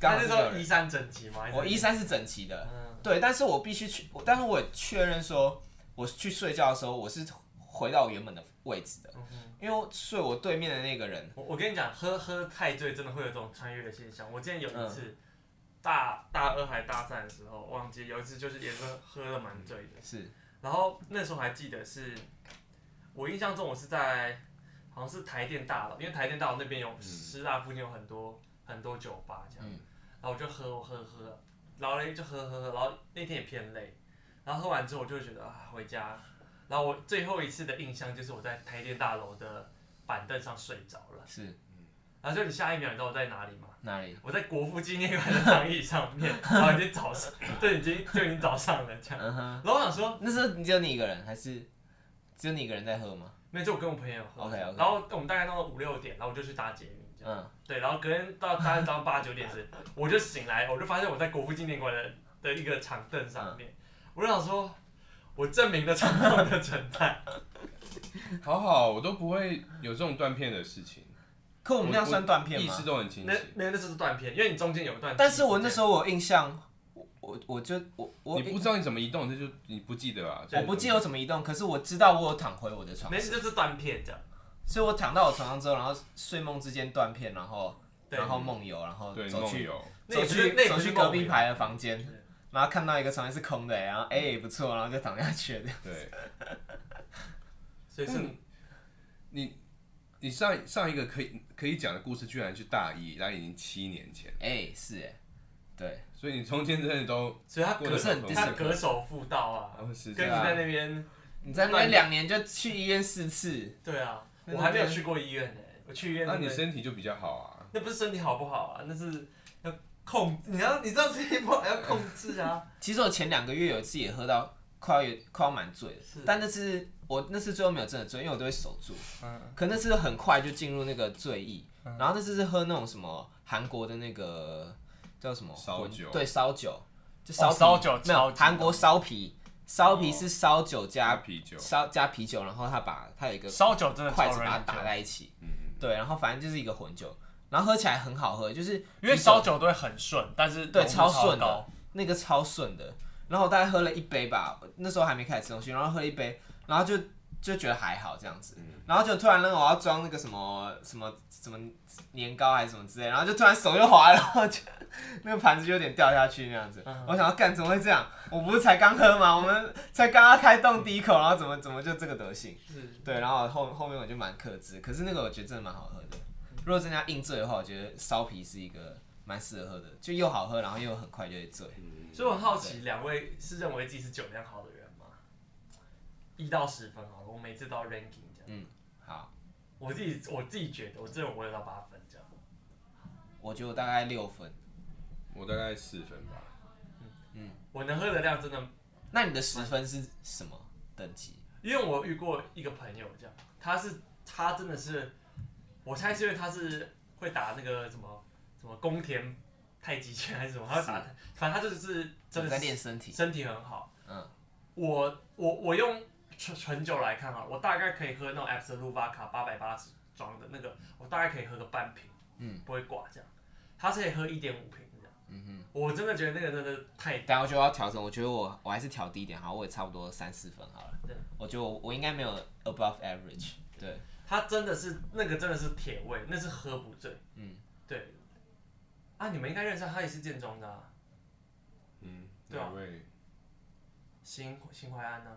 A: 刚
B: 那那
A: 好是
B: 时
A: 只有
B: 候
A: 人
B: 衣衫整齐吗？
A: 我衣
B: 衫
A: 衫是整齐的，
B: 嗯
A: 对，但是我必须去，我但是我也确认说，我去睡觉的时候我是回到我原本的位置的，
B: 嗯哼
A: 因为我睡我对面的那个人，
B: 我我跟你讲，喝喝太醉真的会有这种穿越的现象。我之前有一次大大二还大三的时候，忘记有一次就是也是喝了蛮醉的，
A: 是
B: 然后那时候还记得是，我印象中我是在好像是台电大楼，因为台电大楼那边有师大附近有很多很多酒吧这样，
A: 嗯
B: 然后我就喝我喝喝，然后嘞就喝喝喝，然后那天也偏累，然后喝完之后我就觉得啊回家，然后我最后一次的印象就是我在台电大楼的板凳上睡着了，
A: 是
B: 然后就你下一秒你知道我在哪里吗？
A: 哪里？
B: 我在国父纪念馆的长椅上面，然后已经早上，就已经就已经早上了这样，
A: 嗯哼，
B: 然后我想说。
A: 那时候你只有你一个人，还是只有你一个人在喝吗？
B: 没有，就我跟我朋友喝
A: OK，OK
B: 然后我们大概弄到五六点，然后我就去搭捷运，这样
A: 嗯，
B: 对，然后隔天到大概早上八九点时，我就醒来，我就发现我在国父纪念馆的的一个长凳
A: 嗯
B: 上面，我就想说，我证明了长凳的存 在，
C: 好好，我都不会有这种断片的事情。
A: 可我们这样算断片
C: 意
A: 吗
C: 识？都很清
B: 那
C: 晰。
B: 没有，那就是断片，因为你中间有一段，
A: 但是我那时候我有印象，我我我就我我
C: 你不知道你怎么移动，这就你不记得啊？
A: 我不记得我怎么移动，可是我知道我有躺回我的床
B: 没，事，就是断片这样，
A: 所以我躺到我床上之后，然后睡梦之间断片，然后
B: 对
A: 然后梦游，然后
C: 对
A: 走
C: 梦
A: 去
C: 游，
B: 那也
A: 走
B: 不是
A: 去
B: 那也
A: 走
B: 不是
A: 去
B: 梦
A: 隔壁
B: 游
A: 排的房间
B: 是，
A: 然后看到一个床位是空的，然后哎、也不错，然后就躺下去了。
C: 对
B: 所以是
C: 嗯你，你上上一个可以可以讲的故事，居然是大一，那已经七年前，
A: 哎、是哎、对，
C: 所以你中间真的都
B: 所以他
C: 过
B: 隔
C: 得很痛苦
B: 他隔手妇道啊，
C: 哦是
B: 跟你
A: 对啊
B: 在那边，
A: 你在那边两年就去医院四次，
B: 对啊，
A: 那
B: 我还没有
A: 那
B: 去过医院呢、我去医院
C: 那
B: 真
C: 你
B: 的
C: 身体就比较好啊。
B: 那不是身体好不好啊，那是要控，你要你知道身体不好要控制 啊。
A: 其实我前两个月有一次也喝到快要有快要蛮醉的
B: 是，
A: 但那次我那次最后没有真的醉，因为我都会守住。
B: 嗯，
A: 可那次很快就进入那个醉意，然后那次是喝那种什么韩国的那个叫什么
C: 烧酒
A: 对烧酒，就
B: 哦
A: 啤
B: 烧酒
A: 没
B: 超
A: 有
B: 级
A: 韩国烧啤，烧啤
C: 哦
A: 是烧酒
C: 加
A: 加
C: 啤酒，
A: 烧加啤酒，然后他把他有一个
B: 烧酒真的超
A: 筷
B: 容
A: 子
B: 易
A: 把它
B: 喝
A: 打
B: 酒，
A: 在一起，
C: 嗯，
A: 对，然后反正就是一个混酒，然后喝起来很好喝，就是
B: 因为烧酒都会很顺，但是
A: 对
B: 浓度
A: 超
B: 超
A: 顺的
B: 高，，
A: 那个超顺的。然后我大概喝了一杯吧，那时候还没开始吃东西，然后喝了一杯，然后就就觉得还好这样子，然后就突然那个我要装那个什么什么什么年糕还是什么之类，然后就突然手就滑了，然后就 那个盘子就有点掉下去那样子。
B: 嗯
A: 我想要干怎么会这样？我不是才刚喝吗？我们才刚刚开动第一口，然后怎么怎么就这个德行？
B: 是
A: 对，然后后后面我就蛮克制，可是那个我觉得真的蛮好喝的。如果真的要硬醉的话，我觉得烧啤是一个蛮适合喝的，就又好喝，然后又很快就会
B: 嗯
A: 醉。
C: 嗯
B: 所以我很好奇，两位是认为自己是酒量好的人吗？一到十分好了，我每次都要 ranking 这样。
A: 好，
B: 我自己我自己觉得，我真的我有到八分这样。
A: 我觉得我大概六分。
C: 我大概四分吧，
B: 我能喝的量真的，
A: 那你的十分是什么等级？
B: 因为我遇过一个朋友这样，他是他真的是，我猜是因为他是会打那个什么什么宫田太极拳还是什么，他打，反正他就是真的
A: 你在
B: 是
A: 练身体，
B: 身体很好。
A: 嗯，
B: 我我我用纯纯酒来看啊，我大概可以喝那种 Absolut Vodka 八百八十装的那个，我大概可以喝个半瓶，
A: 嗯，
B: 不会挂这样。他是可以喝一点五瓶这样，嗯哼，我真的觉得那个真的太
A: 但我觉得我要调整，我觉得我我还是调低一点好，我也差不多三四分好了
B: 对。
A: 我觉得我我应该没有 above average。对，
B: 它真的是那个真的是铁味，那是喝不醉。嗯，对。啊，你们应该认识他，他也是建中的、啊，
C: 嗯，
B: 对
C: 哪
B: 啊
C: 位？
B: 邢邢淮安呢、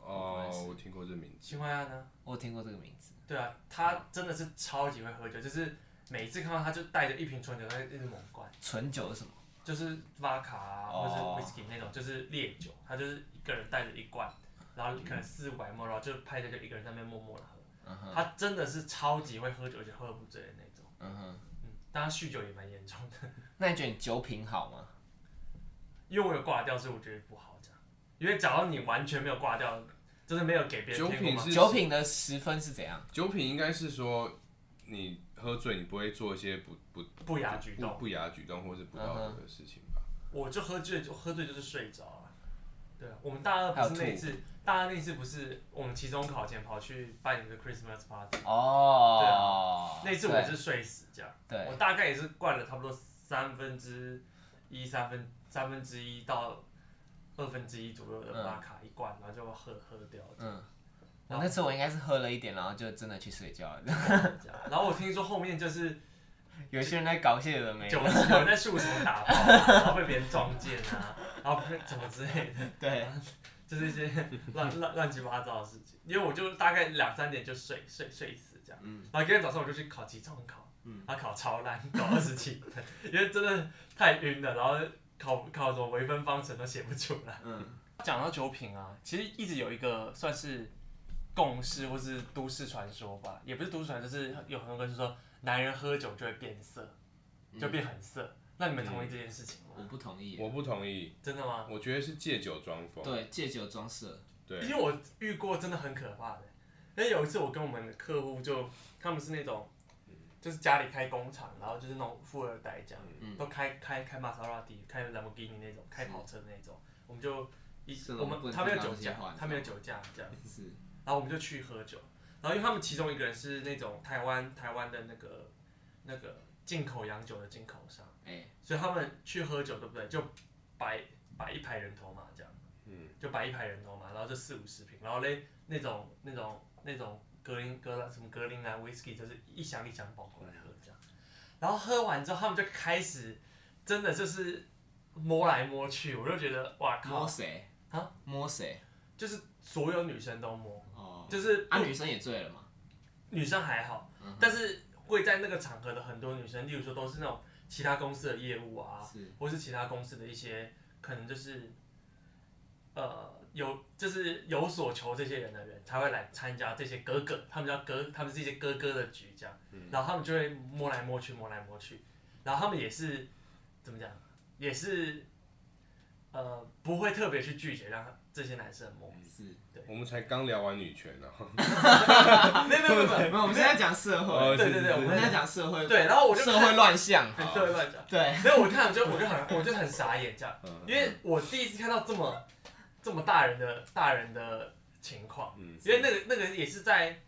B: 啊？
C: 哦，我听过这名字，
B: 邢淮安呢、啊？
A: 我有听过这个名字。
B: 对啊，他真的是超级会喝酒，就是每次看到他就带着一瓶纯酒，他就一直猛灌，
A: 纯酒是什么？
B: 就是瓦卡啊，或
A: 哦
B: 者是 whisky 那种，就是烈酒，他就是一个人带着一罐，然后可能四五百沫，然后就拍着就一个人在那边默默的喝。
A: 嗯哼，
B: 他真的是超级会喝酒，而且喝不醉的那种。
A: 嗯哼。
B: 嗯，但他酗酒也蛮严重的。
A: 那你觉得你酒品好吗？
B: 因为我有挂掉，所以我觉得不好这样。因为假如你完全没有挂掉，就是没有给别人
C: 酒
B: 听过
C: 品
B: 吗？
C: 是
A: 酒品的十分是怎样？
C: 啊酒品应该是说你喝醉，你不会做一些不不
B: 不雅举动嗯
C: 不不雅举动或是不道德的事情吧？
B: 我就喝醉，就喝醉就是睡着了。对啊，我们大二不是那
A: 还有
B: 一
A: 吐
B: 次，大二那一次不是我们期中考前跑去办一个 Christmas party，、对
C: 啊
B: 啊
A: 哦，
B: 那一次我是睡死这样。
A: 对
B: 我大概也是灌了差不多三分之一、三分三分之一到二分之一左右
C: 嗯
B: 的巴卡一罐，然后就喝喝掉这样。
A: 我那次我应该是喝了一点，然后就真的去睡觉了。
B: 这样然后我 听说后面就是
A: 有些人在搞些有 的没
B: 酒
A: 的，
B: 有在树丛打炮、啊，然后被别人撞见啊，然后被怎么之类的，
A: 对，
B: 就是一些乱乱乱七八糟的事情。因为我就大概两三点就睡睡睡死这样，然后今天早上我就去考期中考，然后考超烂，考二十几分，因为真的太晕了，然后考考什么微分方程都写不出来。
A: 嗯，
B: 讲到酒品啊，其实一直有一个算是共识或是都市传说吧，也不是都市传说，就是有很多人说男人喝酒就会变色，就变很色。那你们同意这件事情吗？
A: 我不同意。
C: 我不同
B: 嗯
C: 意，
B: 真的吗？
C: 我觉得是借酒装疯。
A: 对，借酒装色。
C: 对
B: 因为我遇过真的很可怕的，因为有一次我跟我们的客户就他们是那种。就是家里开工厂，然后就是那种富二代这样，
A: 嗯
B: 都开开开玛莎拉蒂、开兰博基尼那种，开跑车那种，我们就一
A: 是
B: 我
A: 我们不
B: 们
A: 能
B: 他没有
A: 听到
B: 酒
A: 这些
B: 驾
A: 话，
B: 他没有酒驾这样。
A: 是，
B: 然后我们就去喝酒，然后因为他们其中一个人是那种台湾台湾的那个那个进口洋酒的进口商，
A: 哎，
B: 所以他们去喝酒，对不对？就摆摆一排人头嘛，这样，嗯，就摆一排人头嘛，然后就四五十瓶，然后嘞那种那种那种格林格兰什么格林兰 whisky 就是一箱一箱抱过来喝这样，然后喝完之后他们就开始真的就是摸来摸去，我就觉得哇
A: 摸
B: 靠，
A: 谁
B: 啊？
A: 摸谁？
B: 就是所有女生都摸，
A: 哦，
B: 就是
A: 啊，女生也醉了嘛？
B: 女生还好，
A: 嗯
B: 但是会在那个场合的很多女生，例如说都是那种其他公司的业务啊，
A: 是
B: 或是其他公司的一些可能就是呃有就是有所求这些人的人才会来参加这些哥哥，他们叫哥，他们是一些哥哥的局这样，
A: 嗯
B: 然后他们就会摸来摸去，摸来摸去，然后他们也是怎么讲，也是呃不会特别去拒绝让这些男生摸，
A: 是，
C: 我们才刚聊完女权呢、啊
B: 没有没有没有没有
A: 没有，我们现在讲社
C: 哦
A: 会，
B: 对对对
A: 我
B: 我
A: 们
B: 们
A: 现在讲社会，
B: 对，然后我就
A: 社
B: 看
A: 会乱象，
B: 很社会乱讲。
A: 对，
B: 所以我看了就我就很我就很傻眼这样，因为我第一次看到这么这么大人的大人的情况，
C: 嗯
B: 因为那个那个也是在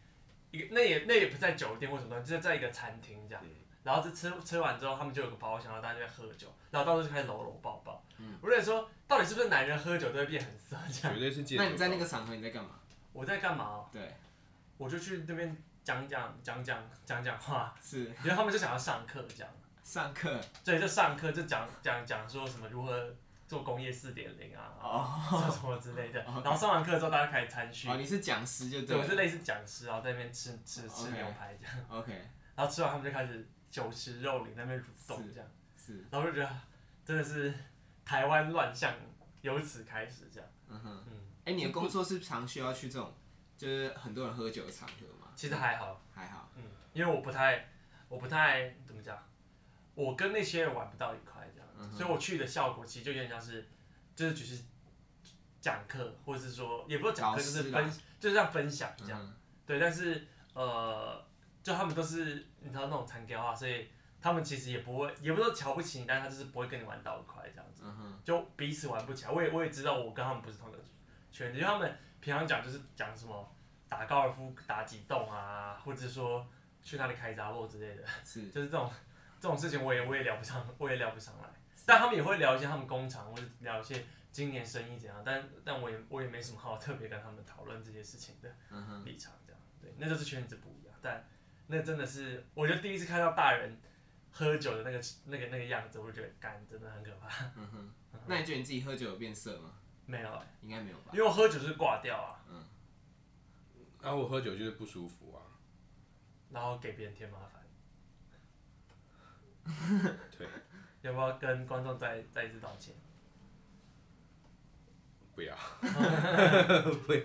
B: 一个那也那也不在酒店或什么，就是在一个餐厅这样，然后就吃吃完之后，他们就有个包厢，然后大家就在喝酒，然后到处就开始搂搂抱抱。我在说，到底是不是男人喝酒都会变很色这样？
C: 绝对是借酒。
A: 那你在那个，场合你在干嘛？
B: 我在干嘛哦、
A: 对，
B: 我就去那边讲讲讲讲讲讲话，
A: 是
B: 因为他们就想要上课这样。
A: 上课
B: 对，就上课就讲讲讲说什么如何做工业四点零 啊，
A: 哦，
B: 什么之类的。然后上完课之后，大家开始参训
A: 哦，。你是讲师就
B: 对，
A: 对
B: 我是
A: 了
B: 类似讲师，然后在那边吃吃吃
A: OK
B: 牛排这样，
A: ，OK，
B: 然后吃完他们就开始酒池肉林在那边蠕动
A: 是
B: 这样，
A: 是，
B: 然后我就觉得真的是台湾乱象由此开始这样。
A: 嗯哼，
B: 嗯，
A: 哎，你的工作是常需要去这种就是很多人喝酒的场合吗？
B: 哦其实还好，
A: 还好，
B: 嗯，因为我不太我不太怎么讲，我跟那些人玩不到一块这样，
A: 嗯
B: 所以我去的效果其实就有点像是，就是只是讲课，或者是说也不是讲课，
A: 老
B: 就
A: 师
B: 是
A: 啦嗯
B: 分，就是像分享这样。对，但是呃，就他们都是你知道那种残雕啊，所以他们其实也不会，也不是说瞧不起你，但是他就是不会跟你玩到一块这样
A: 嗯
B: 子，就彼此玩不起来。我也我也知道我跟他们不是同一个圈子，因为他们平常讲就是讲什么打高尔夫打几洞啊，或者说去哪里开杂货之类的。
A: 是
B: 就是这种这种事情，我也我也聊不上，我也聊不上来。但他们也会聊一些他们工厂，或者聊一些今年生意怎样。但但我也我也没什么好特别跟他们讨论这些事情的立场，这样对，那就是圈子不一样。但那真的是，我觉得第一次看到大人喝酒的那个那个那个样子，我就觉得干真的很可怕。
A: 那你觉得你自己喝酒有变色吗？
B: 没有，
A: 应该没有吧？
B: 因为我喝酒是挂掉啊，
C: 然后我喝酒就是不舒服啊，
B: 然后给别人添麻烦。
C: 对，
B: 要不要跟观众再再一次道歉？
C: 不要，
B: 对，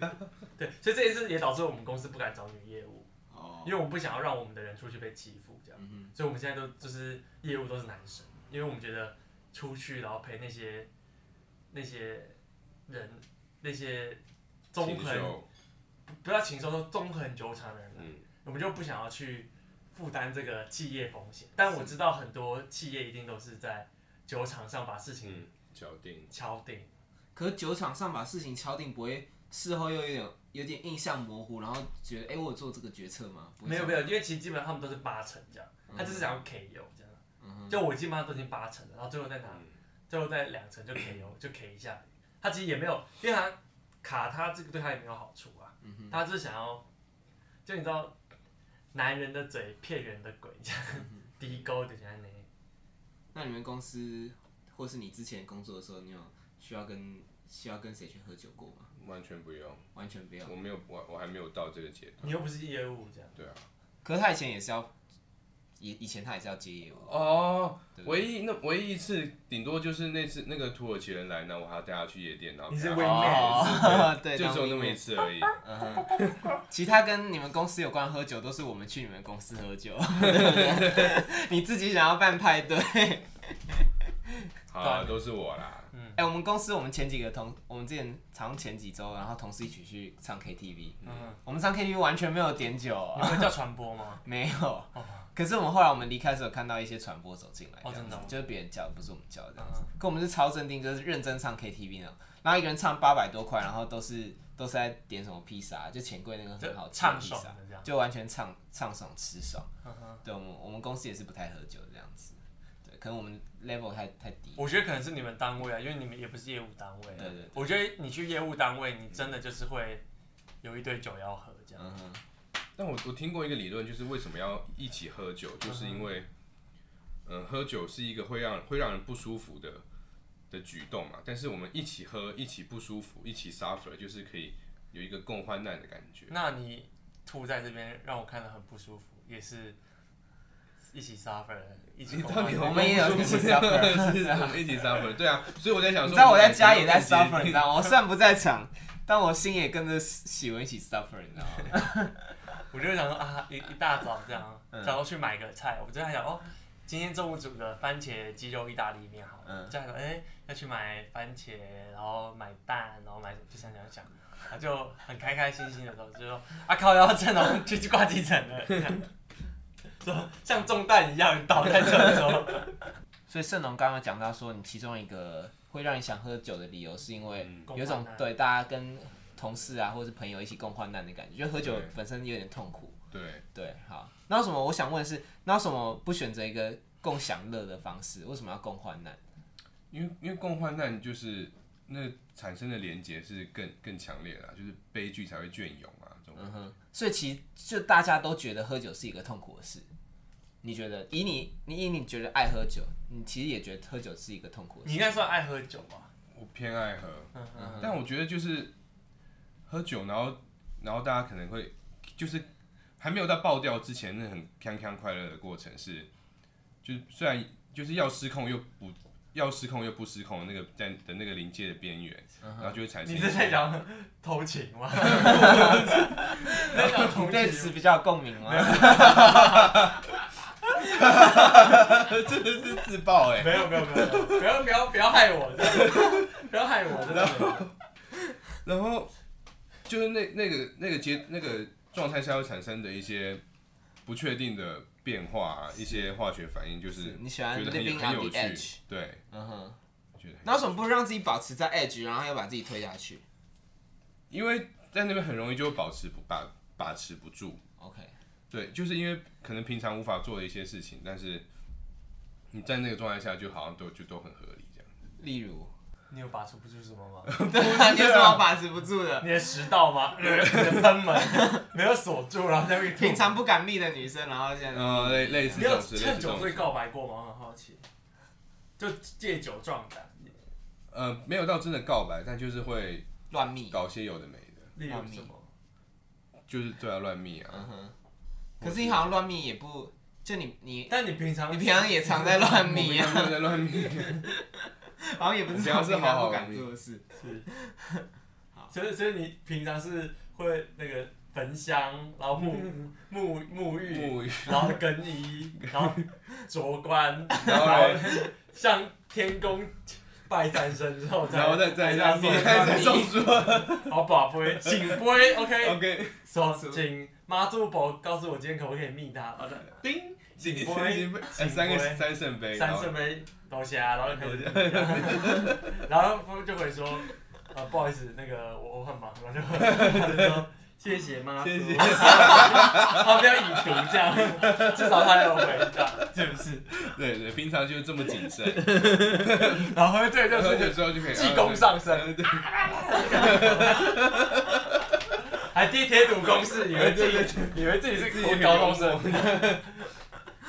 B: 所以这件事也导致我们公司不敢找女业务。
A: 哦，
B: 因为我们不想要让我们的人出去被欺负，这样，所以我们现在都就是业务都是男生，因为我们觉得出去然后陪那些那些人那些
C: 禽
B: 纵横
C: 兽，
B: 不不要禽兽，说纵横纠缠的人，
C: 嗯
B: 我们就不想要去负担这个企业风险。但我知道很多企业一定都是在酒场上把事情
C: 嗯，脚定，
B: 敲定，
A: 可是酒场上把事情敲定，不会事后又有点有点印象模糊，然后觉得哎、诶我有做这个决策吗？啊不会
B: 没有
A: 这
B: 没
A: 样
B: 有，因为其实基本上他们都是八成这样，他就是想要 KO 这样，
A: 嗯
B: 就我基本上都已经八成了，然后最后再拿。
C: 嗯
B: 最后在两层就 KO 就 K 一下，他其实也没有，因为他卡他这个对他也没有好处啊，他就是想要，就你知道，男人的嘴骗人的鬼，这样 低沟的在那，
A: 那你们公司或是你之前工作的时候，你有需要跟需要跟谁去喝酒过吗？
C: 完全不用，
A: 完全不要。
C: 我没有，我我还没有到这个阶段，
B: 你又不是业务这样，
C: 对啊。
A: 可是他以前也是要，以以前他也是要接业务。
C: 哦
A: 对，不对
C: 唯一那唯一一次，顶多就是那次那个土耳其人来呢，我还要带他去夜店，然后
B: 你是
C: 陪他喝
A: wingman 哦 对
C: 对，就只有那
A: 当
C: 么
A: wingman
C: 一次 而已。
A: 其他跟你们公司有关喝酒，都是我们去你们公司喝酒， 你自己想要办派对。
C: 好啊，都是我啦。
A: 哎、我们公司我们前几个同，我们之前常前几周，然后同事一起去唱 KTV，
B: 嗯，
A: 我们唱 KTV 完全没有点酒、
B: 你
A: 哦，
B: 们叫传播 吗？
A: 没有。可是我们后来我们离开的时候看到一些传播走进来，
B: 哦
A: 这样
B: 真
A: 子
B: 的哦嗯
A: 就是别人叫，不是我们叫这样子。可我们是超镇定，就是认真唱 KTV 那种，然后一个人唱八百多块，然后都是都是在点什么披萨，就钱柜那个
B: 就
A: 很好吃的
B: 畅
A: 披
B: 爽
A: 萨，
B: 的这样，
A: 就完全唱唱爽吃爽。
B: 嗯哼
A: 对，我们我们公司也是不太喝酒这样子，对，可能我们 level 太太低，
B: 我觉得可能是你们单位啊，因为你们也不是业务单位啊，
A: 对对对
B: 我觉得你去业务单位，你真的就是会有一堆酒要喝这样，
A: 嗯哼，
C: 但我我听过一个理论，就是为什么要一起喝酒，就是因为，嗯，喝酒是一个会让会让人不舒服的的举动嘛。但是我们一起喝，一起不舒服，一起 suffer，就是可以有一个共患难的感觉。
B: 那你吐在这边让我看得很不舒服，也是一起 suffer，一 起
C: 你
B: 共
C: 到
B: 患
C: 底
B: 难
C: 有
A: 我们也有一起 suffer
C: 是我们一起 suffer，对啊。所以我在想说，
A: 你知道我在家也在
C: 我们两个
A: suffer，你知道吗？我虽然不在场， 但我心也跟着喜文一起 suffer，你知道 吗？
B: 我就想说啊，一一大早这样，
A: 嗯
B: 然后去买个菜，我就在想哦，今天中午煮的番茄鸡肉意大利面好了，
A: 嗯
B: 这样想哎要去买番茄，然后买蛋，然后买就想想想，然后就很开开心心的时候，就说啊靠，要正哦，就去挂急诊了， 这样说像中弹一样倒在厕所，
A: 所以盛龙刚刚有讲到说，你其中一个会让你想喝酒的理由，是因为
C: 嗯
A: 有一种
B: 共患难
A: 对大家跟同事啊，或者是朋友一起共患难的感觉，就喝酒
C: 对
A: 本身有点痛苦。
C: 对，
A: 对，好，那为什么？我想问的是，那为什么不选择一个共享乐的方式？为什么要共患难？
C: 因为因为共患难就是那产生的连结是更更强烈的啊、就是悲剧才会隽永啊，这种
A: 嗯哼，所以其实就大家都觉得喝酒是一个痛苦的事。你觉得，以你你以你觉得爱喝酒，你其实也觉得喝酒是一个痛苦的
B: 你应
A: 事。
B: 该算爱喝酒吧？
C: 我偏爱喝，
B: 嗯嗯，
C: 但我觉得就是喝酒，然后然后大家可能会就是还没有到爆掉之前，那很锵锵快乐的过程是，就是虽然就是要失控又不要失控又不失控的那个在的那个临界的边缘，然后就会产
B: 嗯
C: 生
B: 你
C: 一
B: 是在
C: 些
B: 讲偷情吗？ 你在讲偷
A: 你对
B: 情
A: 此
B: 吗？
A: 比较有共鸣吗？
C: 真的是自爆哎、
B: 没有没有没有，不要不要不要害我，真的不要害我，真的。
C: 然后就是那那个那个阶那个状态下会产生的一些不确定的变化、啊，一些化学反应，就是
A: 你喜欢
C: 觉得很
A: living
C: 有很
A: on
C: 有
A: the
C: 趣
A: edge，，
C: 对，
A: 嗯哼，
C: 觉得很
A: 那为什么不让自己保持在 edge，然后要把自己推下去
C: 因为在那边很容易就保持不把把持不住，
A: ？OK，
C: 对，就是因为可能平常无法做的一些事情，但是你在那个状态下就好像都就都很合理这样。
A: 例如，
B: 你有拔出不出什么吗？
A: 对啊，你有什么把持不住的？
B: 你的食道吗？ 你的喷门没有锁住，然后在那边吐
A: 平常不敢密的女生，然后现在
C: 呃，类类似
B: 你
C: 这
B: 有
C: 种事，类
B: 趁
C: 似这
B: 酒
C: 种
B: 醉
C: 事，
B: 告白过吗？我很好奇，就借酒壮胆，
C: 呃，没有到真的告白，但就是会
A: 乱密，
C: 搞些有的没的，
B: 例如什么？
C: 就是对啊乱密啊，
A: 嗯哼。可是你好像乱密也不，就你你
B: 但你平常
A: 你平常也常在乱密啊，
C: 在乱密，
A: 好像也不是
C: 平常是
A: 平常
C: 好好
A: 不敢
C: 密
A: 做的事。
B: 是，所以所以你平常是会那个焚香，然后沐沐嗯沐浴，
C: 沐浴，
B: 然后更衣，然后着冠，
C: 然后
B: 然
C: 嘞
B: 后向天公拜三牲之后，
C: 然后再再
B: 再
C: 下
B: 送
C: 面
B: 上
C: 再送出
B: 好宝贝，请杯，OK，
C: ，OK，
B: 说请妈祖婆告诉我今天可不可以密他，好的，叮，请杯，
C: 哎三个
B: 醒杯
C: 三圣杯，然
B: 三
C: 后
B: 圣杯多谢啊，然后可 能然后夫就会说，啊不好意思，那个我我很忙，然后就他就说谢谢妈祖，
C: 谢谢
B: 他不要以图这样，至少他有回答，是不是？
C: 对对，平常就是这么谨慎，
B: 然后对就
C: 喝
B: 是
C: 酒之后就可以
B: 济公上身，
C: 对，
B: 还贴贴图公式，以为自
C: 对对
B: 己以为自己
C: 自己很
B: 是
C: 幽
B: 高
C: 默
B: 中生，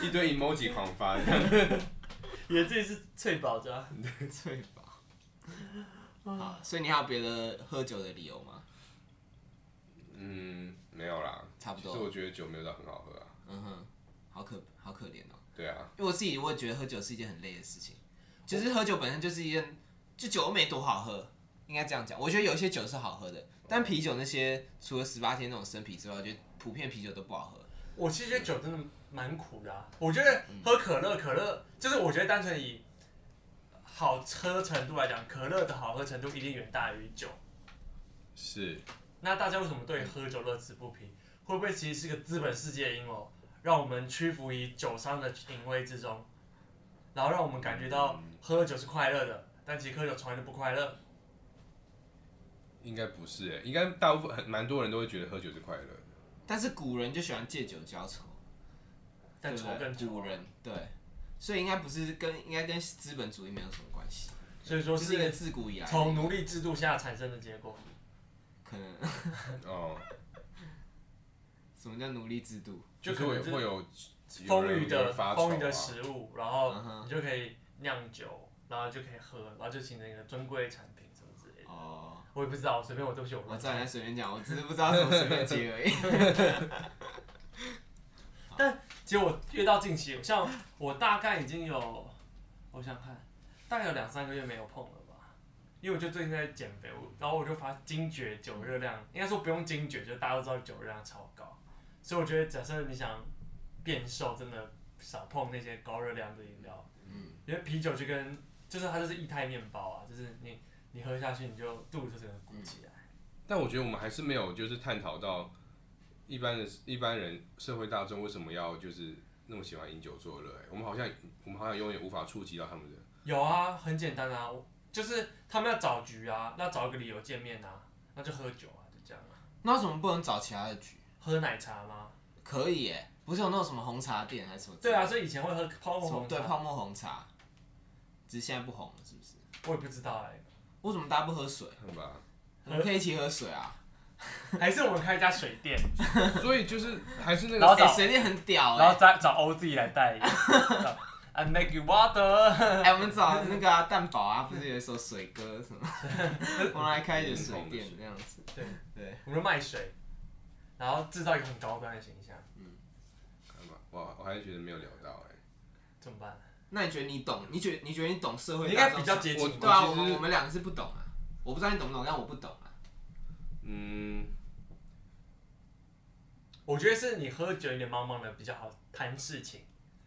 C: 一堆 emoji 狂发，这样
B: 以为自己是翠宝家。
A: 最饱。好，所以你还有别的喝酒的理由吗？
C: 嗯，没有啦，
A: 差不多
C: 其实我觉得酒没有到很好喝啊，
A: 嗯哼，好可好可怜哦。
C: 对啊，
A: 因为我自己我也觉得喝酒是一件很累的事情，就是喝酒本身就是一件，就酒又没多好喝，应该这样讲。我觉得有一些酒是好喝的，但啤酒那些除了十八天那种生啤之外，我觉得普遍啤酒都不好喝。
B: 我其实觉得酒真的蛮苦的、啊。我觉得喝可乐，可乐就是我觉得单纯以好喝程度来讲，可乐的好喝程度一定远大于酒。
C: 是，
B: 那大家为什么对喝酒乐此不疲？会不会其实是个资本世界的阴谋，让我们屈服于酒商的淫威之中，然后让我们感觉到
A: 嗯
B: 喝酒是快乐的，但其实喝酒从来都不快乐。
C: 应该不是欸，应该大部分很蛮多人都会觉得喝酒是快乐的，
A: 但是古人就喜欢借酒浇愁，对
B: 但
A: 不
B: 仇
A: 对
B: 更
A: 古
B: 仇，
A: 人对，所以应该不是跟应该跟资本主义没有什么关系，
B: 所以说
A: 就是一个
B: 是
A: 自古以来
B: 从奴隶制度下产生的结果。
A: 可能
B: 嗯
C: 哦，
A: 什么叫奴隶制度？
B: 就
C: 就是
B: 可
C: 会
B: 能
C: 会有
B: 丰腴
C: 有人
B: 的
C: 会发
B: 丰腴
C: 愁
B: 的
C: 啊
B: 食物，然后
A: 嗯哼
B: 你就可以酿酒，然后就可以喝，然后就形成一个尊贵产品什么之类的。
A: 哦，
B: 我也不知道，随便我对不起我
A: 我
B: 乱
A: 再来
B: 猜。
A: 随便讲，我只是不知道怎么随便接而已。
B: 结果越到近期，像我大概已经有，我想想看，大概有两三个月没有碰了吧，因为我就最近在减肥，我然后我就发惊觉酒热量，应该说不用惊觉，就大家都知道酒热量超高，所以我觉得假设你想变瘦，真的少碰那些高热量的饮料。因为啤酒就跟就是它就是液态面包啊，就是你你喝下去你就肚子就整个鼓起来。
C: 但我觉得我们还是没有就是探讨到一般的一般人社会大众为什么要就是那么喜欢饮酒作乐、欸，我们好像我们好像永远无法触及到他们的，
B: 有啊，很简单啊，我就是他们要找局啊，那找一个理由见面啊，那就喝酒啊，就这样啊。
A: 那为什么不能找其他的局？
B: 喝奶茶吗？
A: 可以耶，不是有那种什么红茶店还是什么？
B: 对啊，，所以以前会喝泡沫
A: 什么
B: 红
A: 对啊
B: 茶，
A: 泡沫红茶，只是现在不红了，是不是？
B: 我也不知道哎、
A: 为什么大家不喝水？
C: 看吧。
A: 我们可以一起喝水啊！
B: 还是我们开一家水店，
C: 所以就是还是那
B: 然
C: 个
B: 后找
A: 哎，水电很屌
B: 然后
A: 哎！
B: 再找 OZ 来 代言找，I make you water，
A: 哎，我们找那个啊蛋堡啊，不是有一首水 歌什么？我们来开一个水店这样子。
B: 对
A: 对，
B: 我们就卖水，然后制造一个很高端的形象，
C: 看吧，我我还是觉得没有聊到哎、
B: 怎么办？
A: 那你觉得你懂？你觉得你觉得你懂社会？
B: 你应该比较。接近吧
A: 对啊，
C: 我
A: 我
C: 其实
A: 们我们两个是不懂啊，我不知道你懂不懂，但我不懂啊。
C: 嗯，
B: 我觉得是你喝酒有点茫茫的比较好谈事情，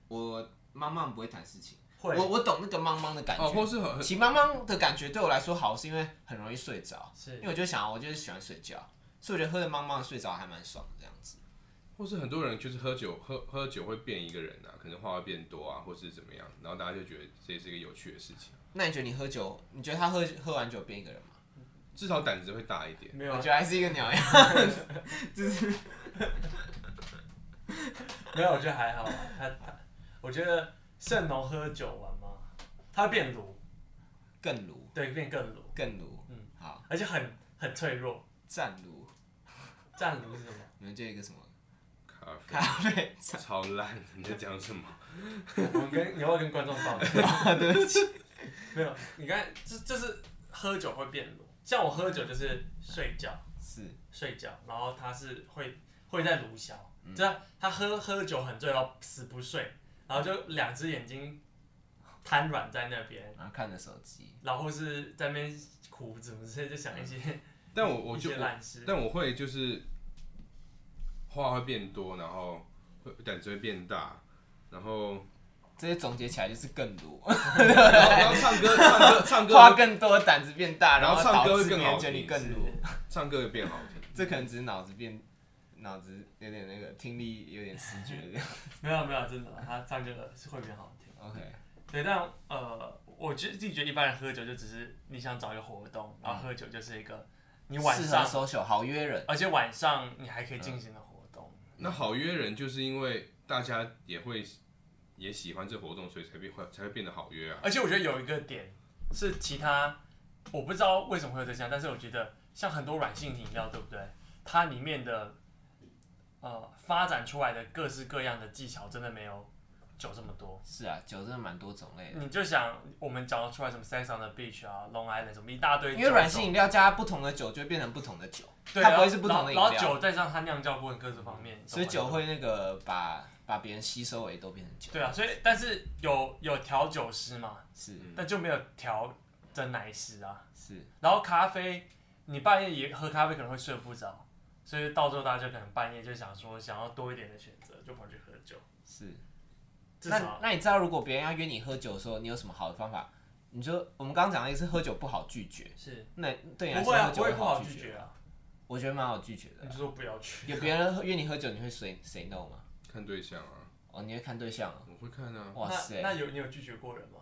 A: 我茫茫不会谈事情，
B: 会
A: 我我懂那个茫茫的感
C: 哦，或
A: 觉。
C: 是很
A: 骑茫茫的感觉对我来说好，是因为很容易睡着，
B: 是
A: 因为我就想我就是喜欢睡觉，所以我觉得喝的茫茫睡着还蛮爽的这样子。
C: 或是很多人就是喝酒喝喝酒会变一个人啊，可能话会变多啊，或是怎么样，然后大家就觉得这是一个有趣的事情，
A: 那你觉得你喝酒，你觉得他喝喝完酒变一个人吗？
C: 至少胆子会大一点。
B: 没
A: 我
B: 有啊
A: 觉得还是一个鸟样，就是
B: 没有，我觉得还好。他他，我觉得圣农喝酒完嘛，他会变鲁，
A: 更鲁
B: 对，变更鲁，
A: 更鲁，
B: 嗯
A: 嗯，好，
B: 而且很很脆弱。
A: 战鲁，
B: 战鲁是什么？
A: 你们就一个什么
C: 咖啡
A: 咖啡？
C: 超烂，你在讲什么？
B: 我们跟你要不要跟观众道歉，
A: 啊， 对不起，
B: 没有，你刚才就就是喝酒会变鲁，像我喝酒就是睡觉。
A: 是
B: 睡觉，然后他是会会在鲁小，
A: 嗯
B: 就是他喝喝酒很醉，然后死不睡，然后就两只眼睛瘫软在那边，
A: 然后看着手机，
B: 然后是在那边哭，怎么之类，就想一些
C: 但我我
B: 一
C: 就
B: 些烂事。
C: 但我会就是话会变多，然后会胆子会变大，然后
A: 这些总结起来就是更鲁，啊
C: 然后然后唱歌唱歌唱
A: 花
C: 歌
A: 更多，胆子变大，
C: 然后
A: 后
C: 唱歌
A: 导
C: 会
A: 致
C: 更
A: 别人
C: 好
A: 觉得你
C: 听
A: 更鲁，
C: 唱歌也变好听。
A: 这可能只是脑子变，脑子有点那个听力有点失觉 这样。
B: 没有没有，真的，他唱歌是会比较好听。
A: OK，
B: 对，但呃，我觉得自己觉得一般人喝酒就只是你想找一个活动，然
C: 嗯
B: 后喝酒就是一个你晚
A: 适
B: 上，
A: 合 social 好约人，
B: 而且晚上你还可以进行的
C: 嗯
B: 活动。
C: 那好约人就是因为大家也会也喜欢这活动，所以才变会才会变得好约啊。
B: 而且我觉得有一个点是其他，我不知道为什么会有这项，但是我觉得像很多软性饮料，对不对？它里面的呃发展出来的各式各样的技巧，真的没有酒这么多。
A: 是啊，酒真的蛮多种类的。
B: 你就想我们讲得出来什么 Sex on the Beach 啊、Long Island 什么一大堆酒种，
A: 因为软性饮料加不同的酒就会变成不同的酒，
B: 对，
A: 它
B: 然
A: 不
B: 后
A: 会是不同的饮
B: 然后然
A: 料，
B: 后酒再上它酿造过程各式方面，
A: 所以
B: 懂
A: 酒
B: 吗
A: 会那个把把别人吸收为都变成酒。
B: 对啊，所以但是有有调酒师嘛，
A: 是
B: 但就没有调真奶师啊。
A: 是，
B: 然后咖啡，你半夜也喝咖啡可能会睡不着，所以到最后大家就可能半夜就想说想要多一点的选择，就跑去喝酒。
A: 是。
B: 至
A: 那
B: 少
A: 那你知道如果别人要约你喝酒的时候，你有什么好的方法？你说我们刚刚讲的一个是喝酒不好拒绝，
B: 是
A: 那对你来
B: 不
A: 说
B: 会啊，
A: 喝
B: 不
A: 酒
B: 会不
A: 好
B: 好拒绝
A: 绝，
B: 啊，
A: 我觉得蛮好拒绝啊的
B: 你。就说不要去。
A: 有别人约你喝酒，你会 say say no 吗？
C: 看对象啊，
A: 哦，你会看对象啊？
C: 我会看啊，
A: 哇塞，
B: 那那有你有拒绝过人吗？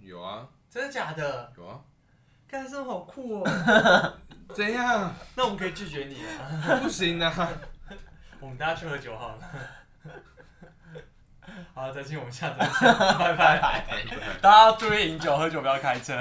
C: 有啊
B: 真的假的？
C: 有啊，
B: 干这好酷哦！
C: 怎样？
B: 那我们可以拒绝你啊，
C: 不行啊，
B: 我们大家去喝酒好了。 好，再见，我们下次见，拜拜。大家要注意饮酒，喝酒不要开车。